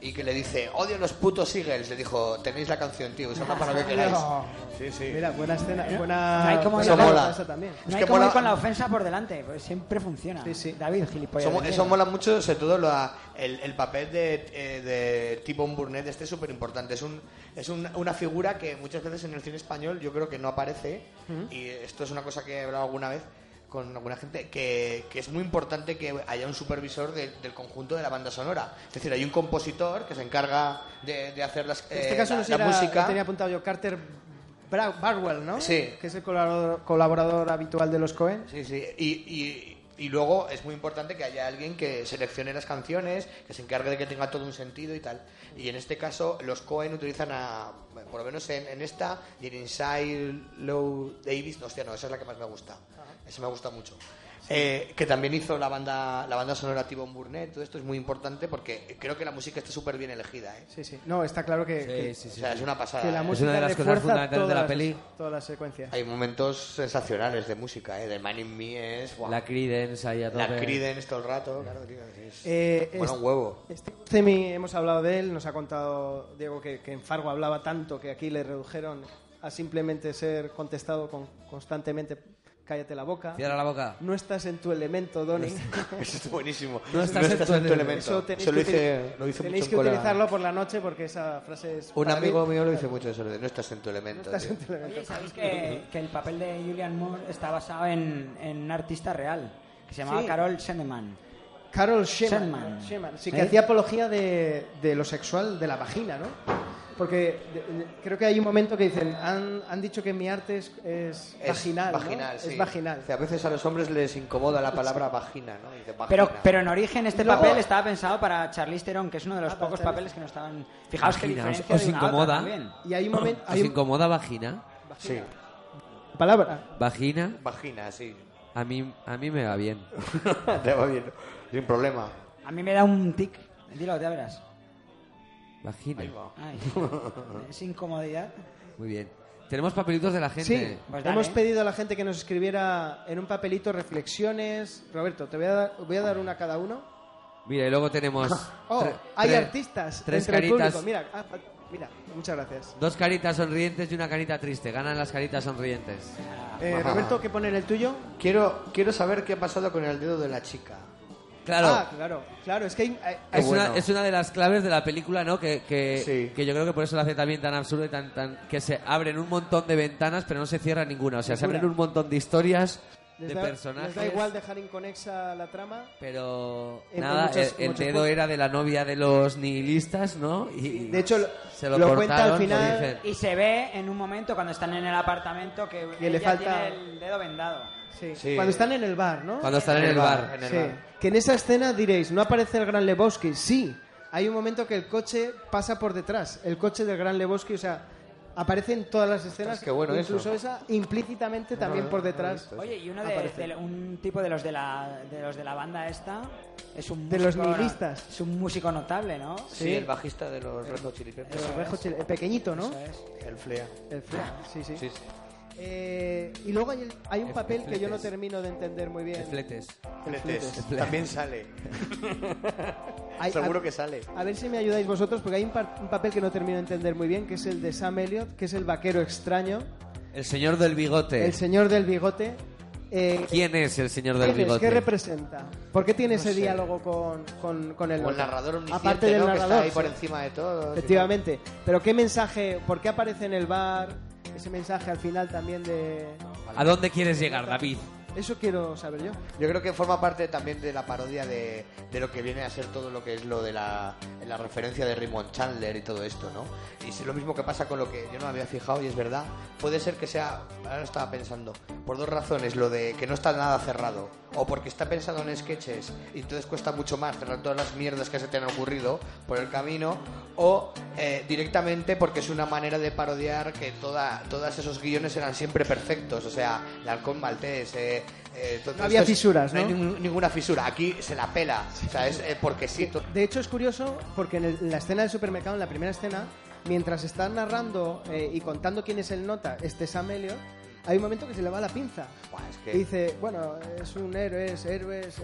y que le dice, odio los putos Eagles, le dijo, tenéis la canción, tío, usadla para lo que queráis.
No.
Sí, sí.
Mira, buena escena,
No
buena
hay como
Eso
ir-
mola.
esa también.
Es
No hay
que
como ir
mola-
con la ofensa por delante, pues siempre funciona. David, gilipollas.
Eso,
de
mo-
mierda.
eso mola mucho, sobre todo la- el, el papel de, eh, de T-Bone Burnett, este es súper importante. Es, un, es un- una figura que muchas veces en el cine español yo creo que no aparece,
Ujú.
y esto es una cosa que he hablado alguna vez con alguna gente, que, que es muy importante que haya un supervisor de- del conjunto de la banda sonora. Es decir, hay un compositor que se encarga de, de hacer las,
En este
eh,
caso
la,
no sé
la
si era-
música.
tenía apuntado yo Carter Bra- Barwell, ¿no?
Sí.
Que es el colaborador, colaborador habitual de los Cohen.
Sí, sí. Y, y- y luego es muy importante que haya alguien que seleccione las canciones, que se encargue de que tenga todo un sentido y tal. Y en este caso, los Cohen utilizan a. Por lo menos en, en esta, y en Inside Low Davis. No, hostia, no, esa es la que más me gusta. Esa me gusta mucho. Eh, que también hizo la banda la banda sonora T-Bone Burnett. Todo esto es muy importante porque creo que la música está súper bien elegida. ¿eh?
Sí, sí. No, está claro que, que-
o sea, es una pasada.
que la
¿eh?
música
una de las cosas
refuerza
fundamentales de la
todas las-
peli.
Todas las secuencias.
Hay momentos sensacionales de música. ¿eh? De Man in Me es. guau.
La Creedence ahí a tope.
La Creedence todo el rato, claro, tío. es-
Eh,
bueno,
es-
un huevo.
Este Cemi, hemos hablado de él, nos ha contado Diego que, que en Fargo hablaba tanto que aquí le redujeron a simplemente ser contestado con- constantemente cállate la boca.
Cierra la boca.
No estás en tu elemento, Donny.
Eso es buenísimo.
No estás en tu elemento.
Eso tenéis
Eso lo
que
hice,
util-
lo hice
tenéis
mucho
que
un colega.
utilizarlo por la noche porque esa frase es...
Un
para mí-
amigo mío lo dice mucho eso, lo de no estás en tu elemento.
estás
tío.
en tu elemento.
Oye, ¿sabéis que, que el papel de Julian Moore está basado en, en un artista real que se llamaba
Sí. Ah,
Carol Sendeman?
Carol Sheman.
Sheman.
Sheman. Sí,
¿Sí?
¿Eh?
que hacía apología de, de lo sexual, de la vagina, ¿no? Porque de- de- creo que hay un momento que dicen, han, han dicho que mi arte es, es
Es
vaginal. ¿no?
vaginal, sí.
Es vaginal.
O sea, a veces a los hombres les incomoda la palabra vagina, ¿no? Dice, vagina.
Pero, pero en origen este
Y luego- Ah,
papel estaba pensado para Charlize Theron, que es uno de los
para
pocos
Charlize.
papeles que no estaban... Fijaos que
Imagina, os-
diferencia
os
de una a otra
incomoda.
también.
Y hay un momento.
¿Os
Hay un-
incomoda vagina?
Ah, Sí,
palabra.
Vagina,
vagina, sí.
a mí, a mí me va bien.
Te va bien, sin problema.
A mí me da un tic. Dilo, ya verás.
Vagina.
Ay, es incomodidad.
Muy bien. Tenemos papelitos de la gente.
Sí,
Pues dale.
hemos pedido a la gente que nos escribiera en un papelito reflexiones. Roberto, te voy a dar, voy a dar una a cada uno.
Mira, y luego tenemos.
Oh,
tre-
hay
tre-
artistas
Tres
entre el
caritas.
público. Mira, ah, ah, mira, muchas gracias.
Dos caritas sonrientes y una carita triste. Ganan las caritas sonrientes.
Eh, Roberto, ¿qué poner el tuyo?
Quiero, quiero saber qué ha pasado con el dedo de la chica.
Claro.
Ah, claro, claro. Es que hay- hay- hay-
es, una, es una de las claves de la película, ¿no? Que, que,
Sí.
que yo creo que por eso la hace también tan absurda y tan, tan. que se abren un montón de ventanas, pero no se cierra ninguna. O sea, se abren un montón de historias
Les
de
da-
personajes.
Les da igual dejar inconexa la trama.
Pero
Entre
nada,
muchas-
el, el
muchas
dedo
cosas.
era de la novia de los nihilistas, ¿no? Y
de hecho, lo-
se lo,
lo
cortaron,
cuenta al
lo
final
dicen.
Y se ve en un momento cuando están en el apartamento que,
Que le
ella
falta-
tiene el dedo vendado.
Sí.
Cuando están en el bar, ¿no?
Cuando están en el bar.
Sí. Que en esa escena diréis, no aparece el Gran Lebowski. Sí, hay un momento que el coche pasa por detrás. El coche del Gran Lebowski, o sea, aparece en todas las escenas.
Ostras, qué bueno
incluso
eso.
esa, implícitamente también
no,
por
no lo he
detrás.
Oye, y uno de,
Aparece.
de- un tipo de los de la de los de la banda esta es un
De los
músico,
nihilistas. Eh,
Es un músico notable, ¿no?
Sí, el bajista de los Red Hot Chili Peppers.
El rejo chile- el pequeñito, ¿no?
Eso es.
El Flea.
El fla- sí, sí.
Sí, sí.
Eh, y luego hay, el- hay un
El-
papel
el
que yo no
fletes.
termino de entender muy bien.
El fletes.
El fletes.
Fletes. También sale.
Hay-
Seguro
a-
que sale.
A ver si me ayudáis vosotros, porque hay un, par- un papel que no termino de entender muy bien, que es el de Sam Elliot, que es el vaquero extraño,
El señor del bigote.
el señor del bigote. Eh,
¿Quién es el señor del
¿quién es?
bigote?
¿Qué representa? ¿Por qué tiene ese diálogo con, con, con el
O el
otro?
narrador omnisciente,
Aparte del
¿no? que
narrador,
está ahí
sí.
por encima de todo.
Efectivamente. Pero qué mensaje, ¿por qué aparece en el bar? Ese mensaje al final también de...
¿A dónde quieres llegar, David?
Eso quiero saber yo.
Yo creo que forma parte también de la parodia de, de lo que viene a ser todo lo que es lo de la, la referencia de Raymond Chandler y todo esto, ¿no? Y es lo mismo que pasa con lo que yo no me había fijado y es verdad. Puede ser que sea, ahora lo estaba pensando, por dos razones, lo de que no está nada cerrado o porque está pensado en sketches y entonces cuesta mucho más cerrar todas las mierdas que se te han ocurrido por el camino o eh, directamente porque es una manera de parodiar que toda, todas esos guiones eran siempre perfectos, o sea, el halcón maltés, eh, eh, to-
No había
esto es-
fisuras,
hay
¿no?
ningún- ninguna fisura. Aquí se la pela. O sea, es eh, porque sí. to-
De hecho, es curioso porque en, el- la escena del supermercado, en la primera escena, mientras están narrando eh, y contando quién es el nota, este Sam Elliot, hay un momento que se le va la pinza.
Buah, es que-
Y Dice, bueno, es un héroe, es héroe, es-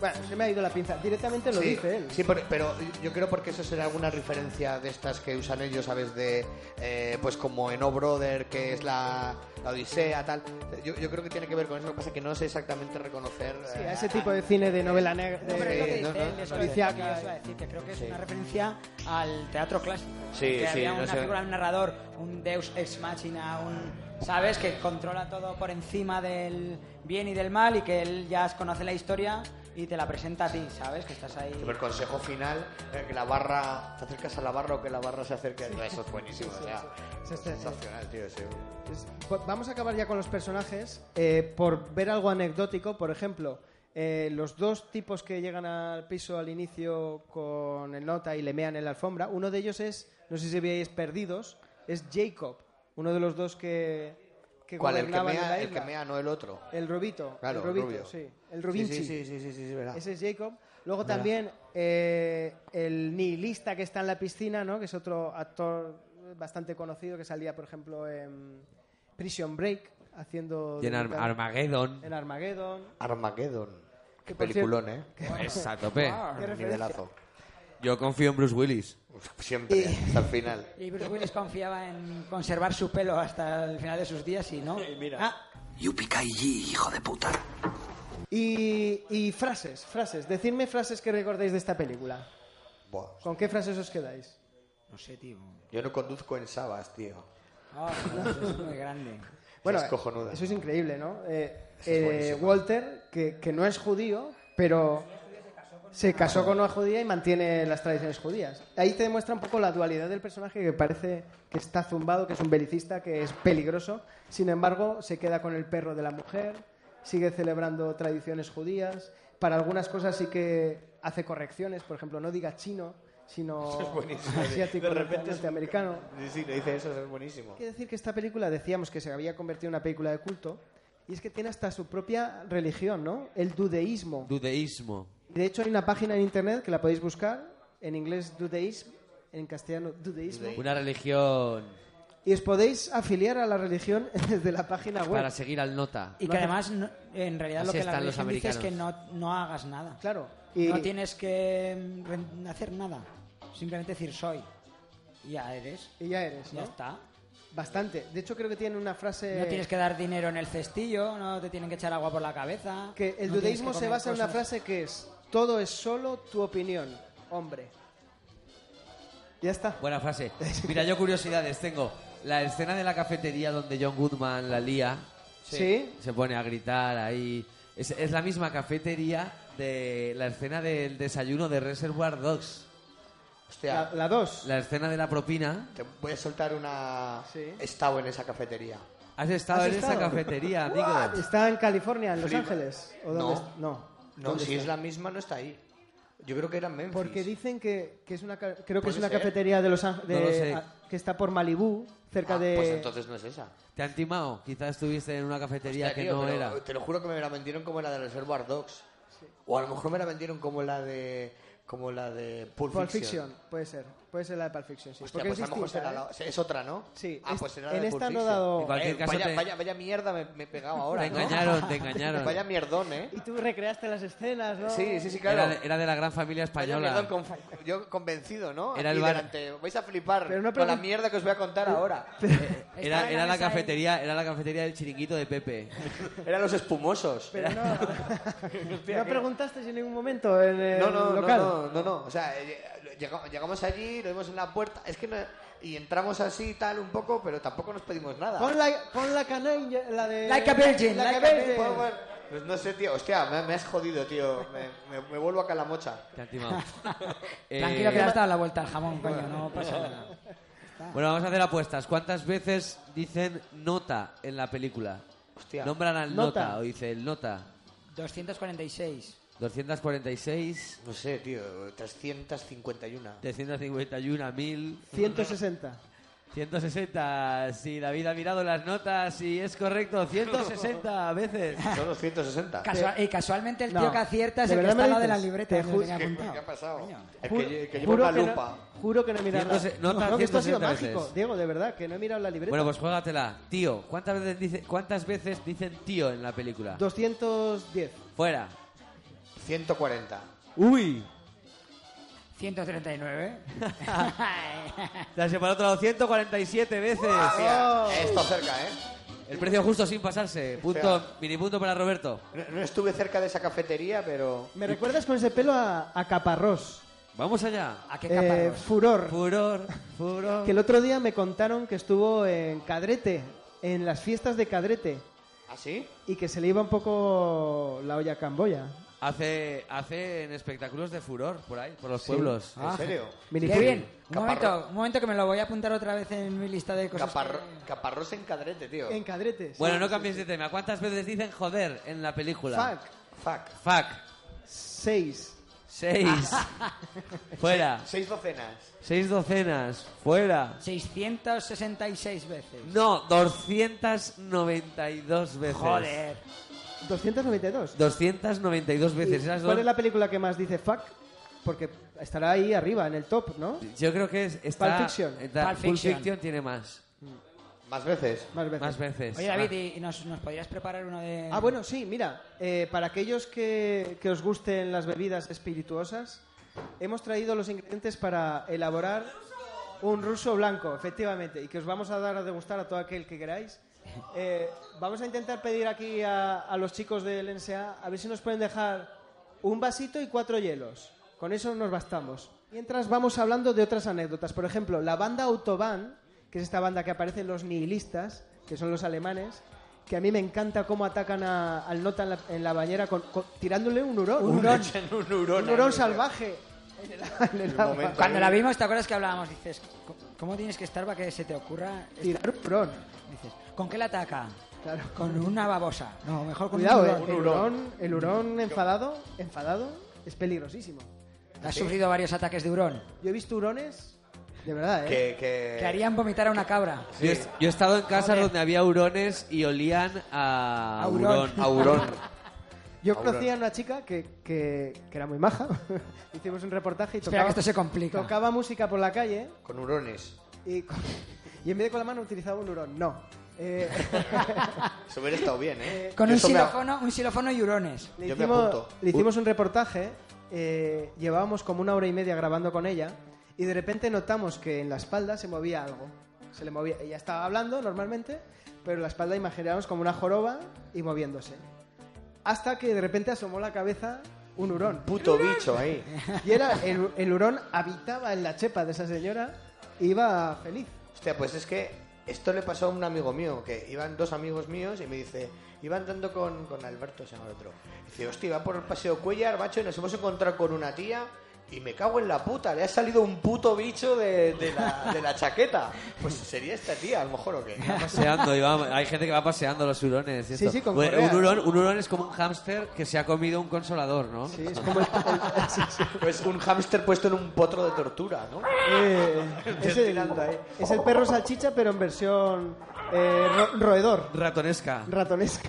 Bueno, se me ha ido la pinza. Directamente lo
sí,
dice él.
sí, pero, pero yo creo porque eso será alguna referencia de estas que usan ellos, ¿sabes? De, eh, pues como en O Brother, que es la, la Odisea, tal. Yo, yo creo que tiene que ver con eso. Lo que pasa es que no sé exactamente reconocer.
Sí,
eh,
a ese tipo de cine de novela negra.
No, pero es lo que
de-
Sí,
dice
no,
él,
no,
es
no,
lo que
no,
decía
no,
que
no,
os iba a decir, que creo que es
sí.
una referencia al teatro clásico.
Sí,
que
sí,
había
no
una
sé.
figura, un narrador, un deus ex machina, un... ¿Sabes? Que controla todo por encima del bien y del mal y que él ya conoce la historia y te la presenta a ti, ¿sabes? Que estás ahí...
Pero el consejo final, eh, que la barra, te acercas a la barra o que la barra se acerque a ti. Eso es buenísimo,
Sí, sí,
o sea,
sí.
es
Sí, sí, sí.
sensacional, tío. ese.
Es- po- Pues Vamos a acabar ya con los personajes eh, por ver algo anecdótico. Por ejemplo, eh, los dos tipos que llegan al piso al inicio con el nota y le mean en la alfombra. Uno de ellos es, no sé si veíais perdidos, es Jacob, uno de los dos que, que
¿Cuál? El que,
gobernaban en
mea,
la
el que
isla.
mea, no el otro.
El Robito,
Claro,
el Robito,
rubio.
sí, el Robinchi.
Sí, sí, sí, sí, sí, sí, verdad.
Ese es Jacob. Luego también eh, el nihilista que está en la piscina, ¿no? Que es otro actor bastante conocido que salía, por ejemplo, en Prison Break, haciendo...
Y en Arm- Armageddon.
En Armageddon.
Armageddon.
Que
Qué
por
peliculón, ¿eh?
Es a tope.
Qué referencia.
Nivelazo.
Yo confío en Bruce Willis.
Uf, Siempre, ¿eh? hasta el final.
Y Bruce Willis confiaba en conservar su pelo hasta el final de sus días y no. Ah,
Yupikaiji, hijo de puta.
Y, y frases, frases. Decidme frases que recordéis de esta película.
Buah.
¿Con qué frases os quedáis?
no sé, tío.
Yo no conduzco en Sabas, tío.
Ah, no, eso es muy grande.
Bueno,
es cojonuda.
eso es increíble, ¿no? Eh,
Eso es
eh,
buenísimo.
Walter, que, que no es judío, pero se casó con una judía y mantiene las tradiciones judías. Ahí te demuestra un poco la dualidad del personaje que parece que está zumbado, que es un belicista, que es peligroso. Sin embargo, se queda con el perro de la mujer, sigue celebrando tradiciones judías. Para algunas cosas sí que hace correcciones, por ejemplo, no diga chino, sino
buenísimo.
asiático,
De repente es-
norteamericano.
Sí, sí, le dice eso, eso es buenísimo.
Hay que decir que esta película decíamos que se había convertido en una película de culto y es que tiene hasta su propia religión, ¿no? El dudeísmo.
Dudeísmo.
De hecho hay una página en internet que la podéis buscar en inglés dudeísmo, en castellano dudeísmo
Una religión
y os podéis afiliar a la religión desde la página web.
para seguir al nota.
Y que además, no- en realidad,
Así
lo que la
están los
religión dice es que no,
americanos.
no hagas nada.
Claro. Y
No tienes que mm, re- hacer nada. Simplemente decir soy. Y ya eres.
y ya eres, ¿no? Eh.
Ya está.
Bastante. De hecho creo que tiene una frase
No tienes que dar dinero en el cestillo, no te tienen que echar agua por la cabeza.
que el
no
dudeísmo
tienes que
se
comer
basa en una
cosas.
frase que es todo es solo tu opinión, hombre. Ya está.
Buena frase. Mira, yo curiosidades tengo. La escena de la cafetería donde John Goodman la lía.
Sí. ¿Sí?
Se pone a gritar ahí. Es, es la misma cafetería de la escena del desayuno de Reservoir Dogs.
Hostia.
La 2.
La escena de la propina.
Te voy a soltar una... He estado en esa cafetería.
Has estado
¿Has
en esa
estado?
cafetería, amigo.
¿Está en California, en Los
Flipa.
Ángeles? ¿O
No.
dónde es- no.
No,
¿Dónde
si
está?
es la misma, no está ahí. Yo creo que era en Memphis. Ah,
Porque dicen que, que es una ca- creo que
¿Puede
es una
ser?
cafetería de Los Ángeles
No lo sé.
que está por Malibú, cerca
Ah,
de
Pues entonces no es esa.
Te han timado. Quizás estuviste en una cafetería
Hostia,
que
tío,
no
pero
era.
Te lo juro que me la vendieron como la de Reservoir Dogs. O a lo mejor me la vendieron como la de como la de Pulp,
Pulp
Fiction.
Fiction, puede ser, puede ser la de Pulp Fiction, sí.
Hostia,
Porque
pues a
es
lo mejor
distinta,
será la-
¿eh?
es otra, ¿no?
Sí,
Ah,
es-
pues será la
en
de
esta
Pulp
no he
Fiction.
dado-
En cualquier
Eh,
caso,
vaya,
te-
vaya, vaya mierda me, me he pegado ahora.
Te
¿no?
engañaron, te engañaron.
Vaya mierdón, ¿eh?
Y tú recreaste las escenas, ¿no?
Sí, sí, sí, claro.
Era de, era de la gran familia
Vaya
española.
mierdón con- yo convencido, ¿no?
Era el
Aquí
bar-
delante. Vais a flipar
Pero no
con la
pregun-
mierda que os voy a contar ahora.
Era,
en
era
la
la
mesa
cafetería, era la cafetería del chiringuito de Pepe.
Eh, Eran los espumosos.
Pero no, no preguntaste si en ningún momento en el
No, no,
local.
no, no, no, no. O sea, eh, llega- llegamos allí, lo vimos en la puerta. Es que no- Y entramos así tal un poco, pero tampoco nos pedimos nada.
Pon la, pon la canalla, la de...
Like a virgin,
la
like
que
a
vende.
Pues bueno, pues no sé, tío. Hostia, me, me has jodido, tío. Me, me- me vuelvo acá a la mocha.
Te han timado. Eh,
Tranquilo, que le has dado la vuelta al jamón, coño, no pasa nada.
Bueno, vamos a hacer apuestas. ¿Cuántas veces dicen nota en la película?
Hostia.
Nombran al nota,
Nota.
o dice el nota.
246.
Eh.
246,
No sé, tío. 351.
351, 1000,
160.
160. Si David ha mirado las notas y es correcto, 160 veces.
Son los 160.
Casual- y eh, casualmente el tío
No.
que acierta es
¿De
el que
verdad
está
me
al lado de la
dices?
libreta.
Te
que
ju-
tenía
¿Qué-
apuntado.
¿Qué ha pasado?
Coño.
El
Juro-
que, que lleva
juro
una
que no-
lupa.
juro que no he mirado. la-
100, nota,
no, que esto ha sido
160
mágico,
veces.
Diego, de verdad, que no he mirado la libreta.
Bueno, pues juégatela. Tío, ¿cuántas veces, dice, ¿cuántas veces dicen tío en la película?
210.
Fuera.
140.
Uy.
139.
Te has separado otro lado 147 veces.
Oh.
Mira, esto cerca, ¿eh?
El precio justo sin pasarse. Punto,
Espera.
mini punto para Roberto.
No, no estuve cerca de esa cafetería, pero...
Me recuerdas con ese pelo a, a Caparrós.
Vamos allá.
¿A qué
Eh,
caparros?
furor.
Furor, furor.
Que el otro día me contaron que estuvo en Cadrete, en las fiestas de Cadrete,
¿Ah, sí?
y que se le iba un poco la olla a Camboya.
Hace, hacen espectáculos de furor por ahí, por los pueblos.
Ah,
Ah.
¿En serio?
Mini
Qué
film.
bien. Un
Caparro.
momento, un momento que me lo voy a apuntar otra vez en mi lista de cosas.
Caparro-
que-
Caparrós en cadrete, tío.
En Cadrete. sí.
Bueno, no cambies de tema. ¿Cuántas veces dicen joder en la película?
Fuck.
Fuck.
Fuck.
Seis.
Seis.
Ah.
Fuera.
Seis docenas.
Seis docenas. Fuera.
666 veces.
No, 292 veces.
Joder.
292.
292 veces.
¿Y
Esas
¿Cuál
dos-
es la película que más dice fuck? Porque estará ahí arriba, en el top, ¿no?
Yo creo que es, está...
Pulp Fiction.
está-
Pulp
Pulp
Fiction.
Fiction tiene más.
Más veces.
Más veces.
Más veces.
Oye, David, ¿y- ¿y nos, nos podrías preparar uno de...?
Ah, bueno, sí, mira, eh, para aquellos que, que os gusten las bebidas espirituosas, hemos traído los ingredientes para elaborar un ruso blanco, efectivamente, y que os vamos a dar a degustar a todo aquel que queráis. Eh, vamos a intentar pedir aquí a, a los chicos del NSA a ver si nos pueden dejar un vasito y cuatro hielos. Con eso nos bastamos. Mientras vamos hablando de otras anécdotas. Por ejemplo, la banda Autobahn, que es esta banda que aparece en los nihilistas, que son los alemanes, que a mí me encanta cómo atacan a- al nota en la, en la bañera con- con- tirándole un hurón. Un hurón,
Un hurón.
un hurón salvaje. En el, en el
En un
agua.
momento.
Cuando la vimos, ¿te acuerdas que hablábamos? Dices, "Co- ¿cómo tienes que estar para que se te ocurra...? esto?"
Tirar un hurón.
Dices, ¿con qué la ataca?
Claro.
Con una babosa. No, mejor con
Cuidado,
un
eh,
hurón.
el hurón, el hurón enfadado, enfadado, es peligrosísimo.
¿Has sufrido varios ataques de hurón?
Yo he visto hurones, de verdad, ¿eh?
Que, que...
Que harían vomitar a una cabra.
Yo, he- yo he estado en casas
Joder.
donde había hurones y olían a,
A hurón.
hurón.
A hurón.
Yo
Ahora.
conocía a una chica que, que, que era muy maja. Hicimos un reportaje y
Espera,
tocaba,
que esto se complica.
tocaba música por la calle
Con hurones.
y, con- y en vez de con la mano utilizaba un hurón. No. Eh,
Eso hubiera estado bien, ¿eh?
Con
Yo
un
eso me ha-
xilófono, un xilófono y hurones.
le,
Yo me
hicimos,
apunto.
le hicimos un reportaje, eh, llevábamos como una hora y media grabando con ella y de repente notamos que en la espalda se movía algo. Se le movía, ella estaba hablando normalmente, pero la espalda imaginábamos como una joroba y moviéndose. Hasta que de repente asomó la cabeza un hurón.
Puto bicho ahí.
Y era el, el hurón habitaba en la chepa de esa señora y iba feliz.
Hostia, pues es que Esto le pasó a un amigo mío, que iban dos amigos míos y me dice, iba andando con, con Alberto, se llama el otro. Dice, hostia, iba por el paseo Cuellar, macho, y nos hemos encontrado con una tía y me cago en la puta, le ha salido un puto bicho de, de la, de la chaqueta. Pues sería esta tía, a lo mejor, o qué.
Va paseando, y va- hay gente que va paseando los hurones. y esto.
sí, con
Bueno,
correa.
un, hurón, un hurón es como un hámster que se ha comido un consolador, ¿no? Sí,
es como el,
Pues un hámster puesto en un potro de tortura, ¿no?
es, el, eh, es el perro salchicha, pero en versión eh, ro- roedor,
Ratonesca.
ratonesca.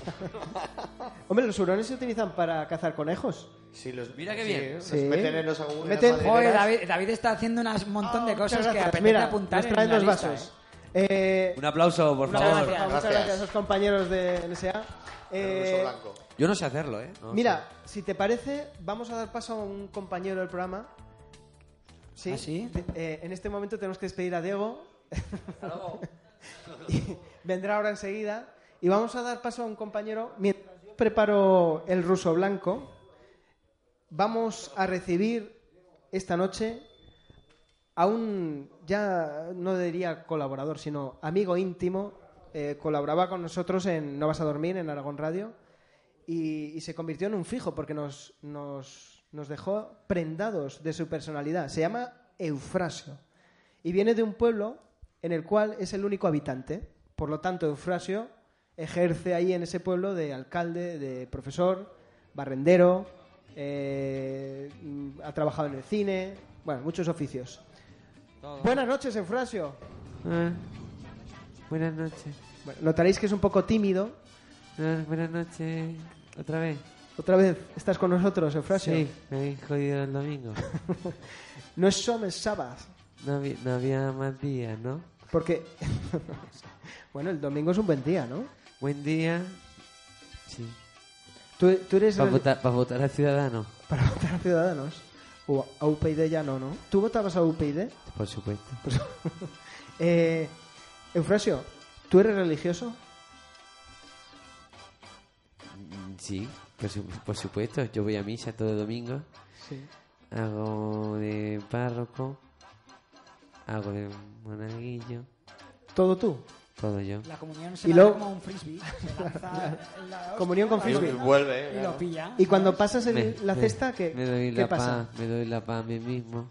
Hombre, los hurones se utilizan para cazar conejos.
Sí, los,
Mira qué
bien.
los
Sí.
meten en los agujeros
Meten-
madereras.
Joder, David, David está haciendo un montón de
Ah, Muchas
cosas que
gracias.
apetece
Mira,
apuntar.
nos traen
en la
los
lista,
vasos. Eh,
Un aplauso, por
muchas
favor.
gracias, muchas gracias a los compañeros de NSA. Eh,
Yo no sé hacerlo, ¿eh? No
Mira, si te parece, vamos a dar paso a un compañero del programa. Sí.
¿Ah, sí?
De- eh, en este momento tenemos que despedir a Diego. Y vendrá ahora enseguida. Y vamos a dar paso a un compañero. Mientras yo preparo el ruso blanco, vamos a recibir esta noche a un, ya no diría colaborador, sino amigo íntimo. eh, colaboraba con nosotros en No Vas a Dormir, en Aragón Radio y, y se convirtió en un fijo porque nos, nos, nos dejó prendados de su personalidad. Se llama Eufrasio y viene de un pueblo en el cual es el único habitante. Por lo tanto, Eufrasio ejerce ahí en ese pueblo de alcalde, de profesor, barrendero, eh, mm, ha trabajado en el cine, bueno, muchos oficios. Buenas noches, Eufrasio.
Ah. Buenas noches. Ah,
Bueno, notaréis que es un poco tímido.
buenas noches. ¿Otra vez?
Otra vez, estás con nosotros, Eufrasio.
me habéis jodido el domingo.
No es Somes Sabbath.
No había, no había más días, ¿no?
Porque. bueno, el domingo es un buen día, ¿no?
Buen día. Sí.
Tú, tú eres.
Para
el-
votar, pa' votar a Ciudadanos.
para votar a Ciudadanos. O a UPyD ya no, ¿no? ¿Tú votabas a UPyD?
Por supuesto.
Eh, Eufrasio, ¿tú eres religioso?
Mm, Sí, por, su- por supuesto. Yo voy a misa todo domingo.
Sí.
Hago de párroco. Hago de monaguillo.
¿Todo tú?
Todo yo.
La comunión se
Y
lanza
luego-
como un frisbee. Se lanza la hostia,
Comunión con
la
frisbee.
hostia,
Pues Y vuelve, ¿eh?
y
claro.
lo pilla.
¿Y cuando pasas el-
Me-
la
me-
cesta, qué,
Me doy
qué
la
pasa?
paz, me doy la paz a mí mismo.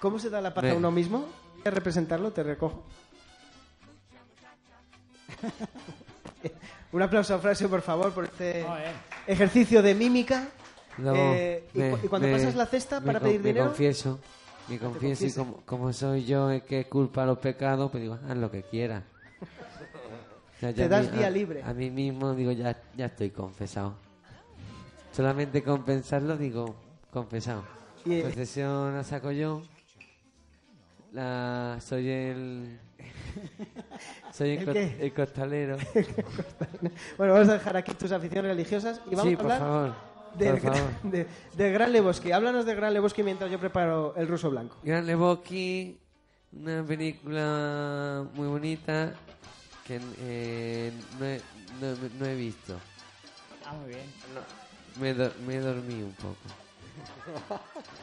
¿Cómo se da la paz
Me-
a uno mismo? ¿Quieres representarlo? Te recojo. Un aplauso a Eufrasio, por favor, por este
Joder.
ejercicio de mímica.
Luego,
Eh, y,
me-
cu- y cuando
me-
pasas la cesta
me
para
con-
pedir
me
dinero,
confieso, me confieso y
confiesas.
como, como soy yo el que culpa los pecados, pues digo, haz lo que quieras. O sea,
Te
yo a
das
mí-
día
a-
libre.
A mí mismo digo, ya, ya estoy confesado. Solamente compensarlo digo, confesado.
Y, eh,
Procesión la saco yo. La, soy el... Soy el,
¿El
co-
qué?
el costalero.
bueno, vamos a dejar aquí tus aficiones religiosas y vamos
Sí,
a
por
hablar
favor,
del,
por
gra-
favor.
de- del Gran Lebowski. Háblanos del Gran Lebowski mientras yo preparo el ruso blanco.
Gran Lebowski, una película muy bonita que eh, no, he, no he- no he visto.
Ah, muy bien.
Me, do- me dormí un poco.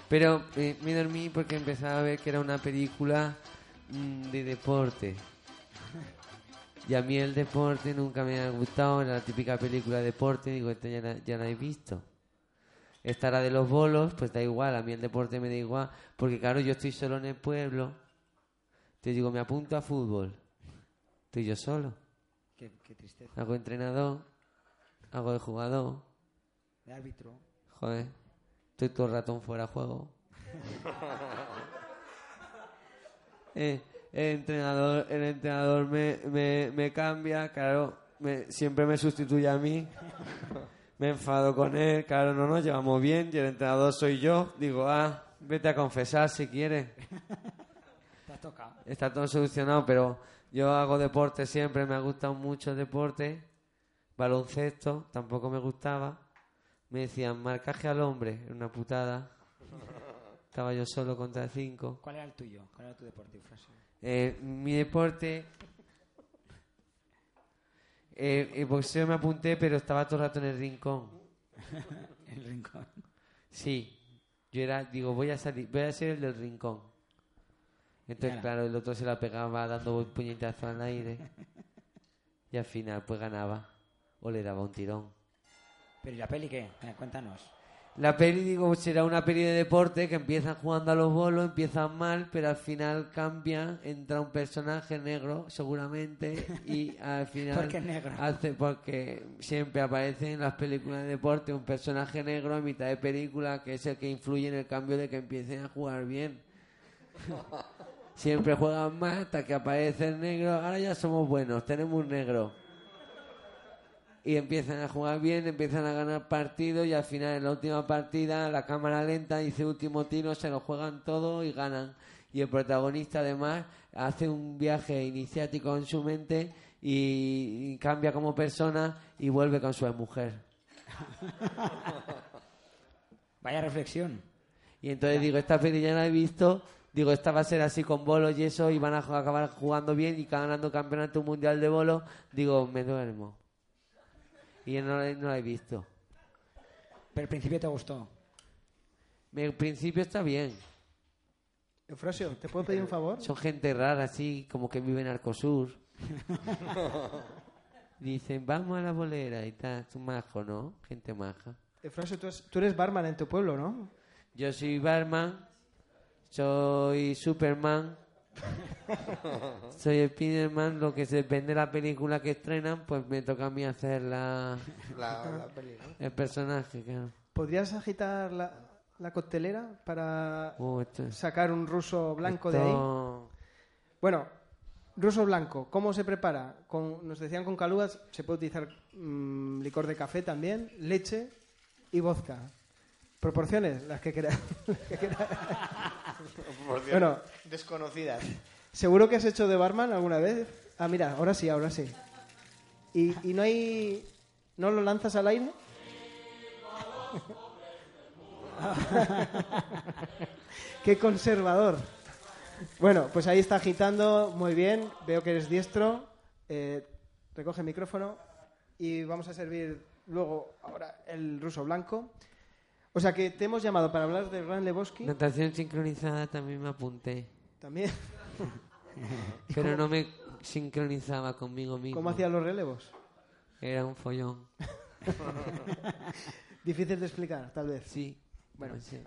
Pero eh, me dormí porque empezaba a ver que era una película mm, de deporte. Y a mí el deporte nunca me ha gustado, era la típica película de deporte, digo, esta ya la, ya la he visto. Esta era de los bolos, pues da igual, a mí el deporte me da igual, porque claro, yo estoy solo en el pueblo. Te digo, me apunto a fútbol. Estoy yo solo.
Qué, qué tristeza.
Hago entrenador, hago de jugador,
De árbitro.
joder, estoy todo el ratón fuera de juego. Eh, el entrenador, el entrenador me, me, me cambia, claro, me- siempre me sustituye a mí. Me enfado con él, claro, no nos llevamos bien y el entrenador soy yo. Digo, ah, vete a confesar si quieres.
Te has tocado.
Está todo solucionado, pero yo hago deporte siempre, me ha gustado mucho el deporte. Baloncesto, tampoco me gustaba. Me decían, marcaje al hombre, era una putada. Estaba yo solo contra cinco.
¿Cuál era el tuyo? ¿Cuál era tu deporte, Eufrasio?
Eh, mi deporte. Eh, el boxeo me apunté, pero estaba todo el rato en el rincón.
El rincón.
Sí, yo era, digo, voy a salir, voy a ser el del rincón. Entonces, claro, el otro se la pegaba dando un puñetazo al aire. Y al final, pues ganaba. O le daba un tirón.
Pero ¿y la peli qué? Eh, Cuéntanos.
La peli, digo, será una peli de deporte que empiezan jugando a los bolos, empiezan mal, pero al final cambia, entra un personaje negro, seguramente, y al final...
¿Por qué negro?
Hace, porque siempre aparece en las películas de deporte un personaje negro a mitad de película que es el que influye en el cambio de que empiecen a jugar bien. siempre juegan mal hasta que aparece el negro, ahora ya somos buenos, tenemos un negro y empiezan a jugar bien, empiezan a ganar partidos y al final en la última partida la cámara lenta dice último tiro, se lo juegan todo y ganan. Y el protagonista además hace un viaje iniciático en su mente y, y cambia como persona y vuelve con su mujer.
Vaya reflexión.
Y entonces digo, esta peli ya la he visto, digo, esta va a ser así con bolos y eso y van a ju- acabar jugando bien y ganando campeonato mundial de bolos, digo, me duermo. Y no, la- no la he visto.
Pero al principio te gustó.
En principio está bien.
Eufrosio, ¿te puedo pedir un favor?
Son gente rara, así, como que vive en Arcosur. Dicen, vamos a la bolera y tal. Es un majo, ¿no? Gente maja.
Eufrosio, tú, es- tú eres barman en tu pueblo, ¿no?
Yo soy barman. Soy Superman. Soy Spiderman. Lo que se depende de la película que estrenan, pues me toca a mí hacer la...
La, la peli, ¿no?
el personaje, claro.
¿Podrías agitar la, la coctelera para
Uh, esto es-
sacar un ruso blanco de ahí?
esto-
Bueno, ruso blanco, ¿cómo se prepara? Con, nos decían con calugas, se puede utilizar mm, licor de café también, leche y vodka. Proporciones, las que queráis. las que queráis.
Por Dios,
Bueno.
desconocidas.
¿Seguro que has hecho de barman alguna vez? Ah, mira, ahora sí, ahora sí. ¿Y, y no hay... ¿No lo lanzas al aire? ¡Qué conservador! Bueno, pues ahí está agitando, muy bien, veo que eres diestro, Eh, recoge el micrófono y vamos a servir luego ahora el ruso blanco. O sea que te hemos llamado para hablar de Gran Lebowski
Natación sincronizada también me apunté.
también.
Pero no me sincronizaba conmigo mismo.
¿Cómo hacían los relevos?
Era un follón.
Difícil de explicar, tal vez.
Sí.
Bueno.
No sé.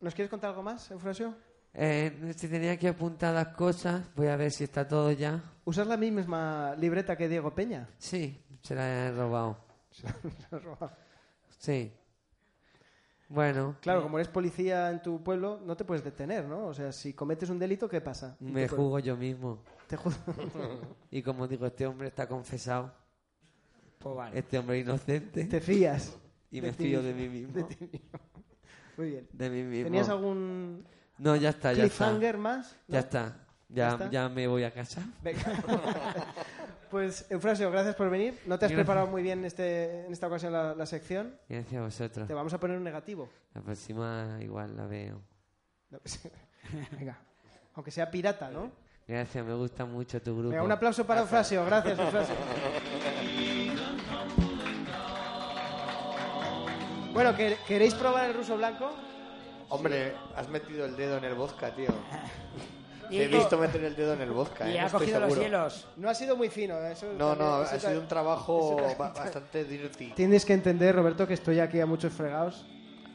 ¿Nos quieres contar algo más, Eufrasio?
Eh, si tenía que apuntar las cosas, voy a ver si está todo ya.
¿Usas la misma libreta que Diego Peña?
Sí, se la he robado.
claro,
Sí. Bueno,
como eres policía en tu pueblo, no te puedes detener, ¿no? O sea, si cometes un delito, ¿qué pasa?
me
Mm, Te-
jugo yo mismo.
Te ju-
Y como digo, este hombre está confesado.
Pues vale.
Este hombre es
te
inocente.
fías.
Y
de
me
ti
fío de mí mismo.
De ti mismo. Muy bien.
De mí mismo.
¿Tenías algún
No, ya está, ya está.
cliffhanger más? No.
Ya está. Ya,
¿Ya está?
ya me voy a casa.
Venga. pues, Eufrasio, gracias por venir. No te has
Gracias.
preparado muy bien este, en esta ocasión la, la sección.
Gracias a vosotros.
Te vamos a poner un negativo.
La próxima igual la veo.
No, pues, Venga. Aunque sea pirata, ¿no?
Gracias, me gusta mucho tu grupo.
Venga, un aplauso para Eufrasio. Gracias, Eufrasio. Bueno, ¿que- ¿queréis probar el ruso blanco?
Hombre, has metido el dedo en el vodka, tío.
Y-
Te he visto meter el dedo en el vodka,
Y
eh,
ha
no estoy
cogido los
seguro.
hielos.
No ha sido muy fino. ¿eh? Eso
No,
también-
no,
eso
ha
ta-
sido un trabajo
eso ta-
ba- bastante dirty.
Tienes que entender, Roberto, que estoy aquí a muchos fregados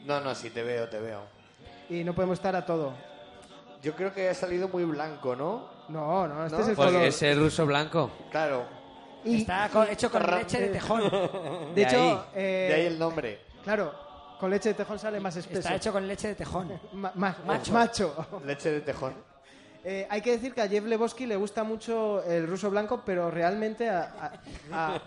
No, no, sí, te veo, te veo.
y no podemos estar a todo.
Yo creo que ha salido muy blanco, ¿no?
No, no, este
¿No?
es el color.
Porque es el Pues ruso blanco.
Claro,
Y,
Está co- hecho con
Ra-
leche de tejón.
de,
de
hecho,
ahí.
eh,
de ahí el nombre.
claro, con leche de tejón sale más espeso.
Está hecho con leche de tejón.
Ma- ma-
Macho.
macho.
Leche de tejón.
Eh, hay que decir que a Jeff Lebowski le gusta mucho el ruso blanco, pero realmente a, a- a-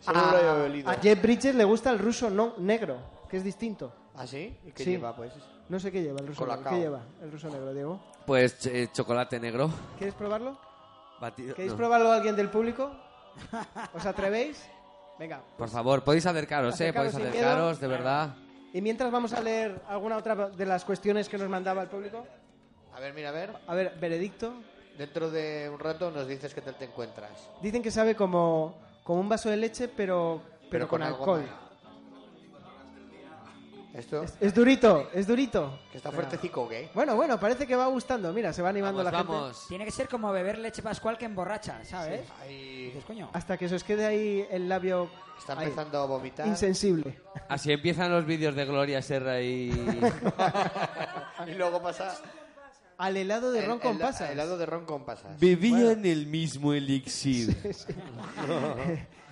Solo
a-
lo he olido.
a Jeff Bridges le gusta el ruso no, negro, que es distinto.
¿Ah, sí? ¿Y qué
Sí.
lleva, pues?
No sé qué lleva el ruso
Colacao.
negro. ¿Qué lleva el ruso negro, Diego?
Pues eh, chocolate negro.
¿Quieres probarlo?
Batido.
¿Queréis
no.
probarlo alguien del público? ¿Os atrevéis? Venga.
Por favor, podéis acercaros, eh.
Acercaros
Podéis
sin
acercaros, de
miedo.
verdad.
Y mientras vamos a leer alguna otra de las cuestiones que nos mandaba el público.
A ver, mira, a ver.
A ver, veredicto.
Dentro de un rato nos dices qué tal te encuentras.
Dicen que sabe como, como un vaso de leche, pero, pero, con,
algo
alcohol.
más. Esto
Es, es durito, es durito.
que está fuertecico, ¿ok?
Bueno, bueno, parece que va gustando. Mira, se va animando la gente.
Tiene que ser como beber leche pascual que emborracha, ¿sabes? Dices, coño.
Hasta que se os quede ahí el labio.
Está
ahí,
empezando a vomitar.
Insensible.
Así empiezan los vídeos de Gloria Serra y...
y luego pasa.
Al helado de
el-
ron con
el-
pasas.
Al helado de ron con pasas.
Bebían el mismo elixir.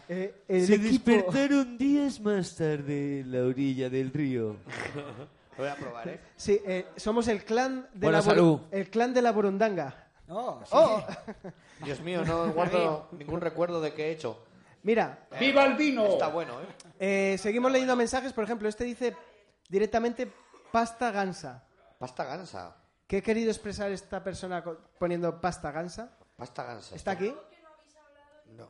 Eh, el
Se
equipo-
despertaron días más tarde en la orilla del río.
Lo voy a probar, ¿eh?
Sí, eh, somos el clan de
Bueno,
la bur-
salud.
el clan de la burundanga.
Oh, sí.
Oh.
Dios mío, no guardo ningún recuerdo de qué he hecho.
Mira,
¡Viva el vino!
Está bueno, ¿eh?
eh, seguimos leyendo mensajes. Por ejemplo, este dice directamente pasta gansa.
Pasta gansa.
¿Qué he querido expresar esta persona co- poniendo pasta gansa?
Pasta gansa.
¿Está aquí?
No.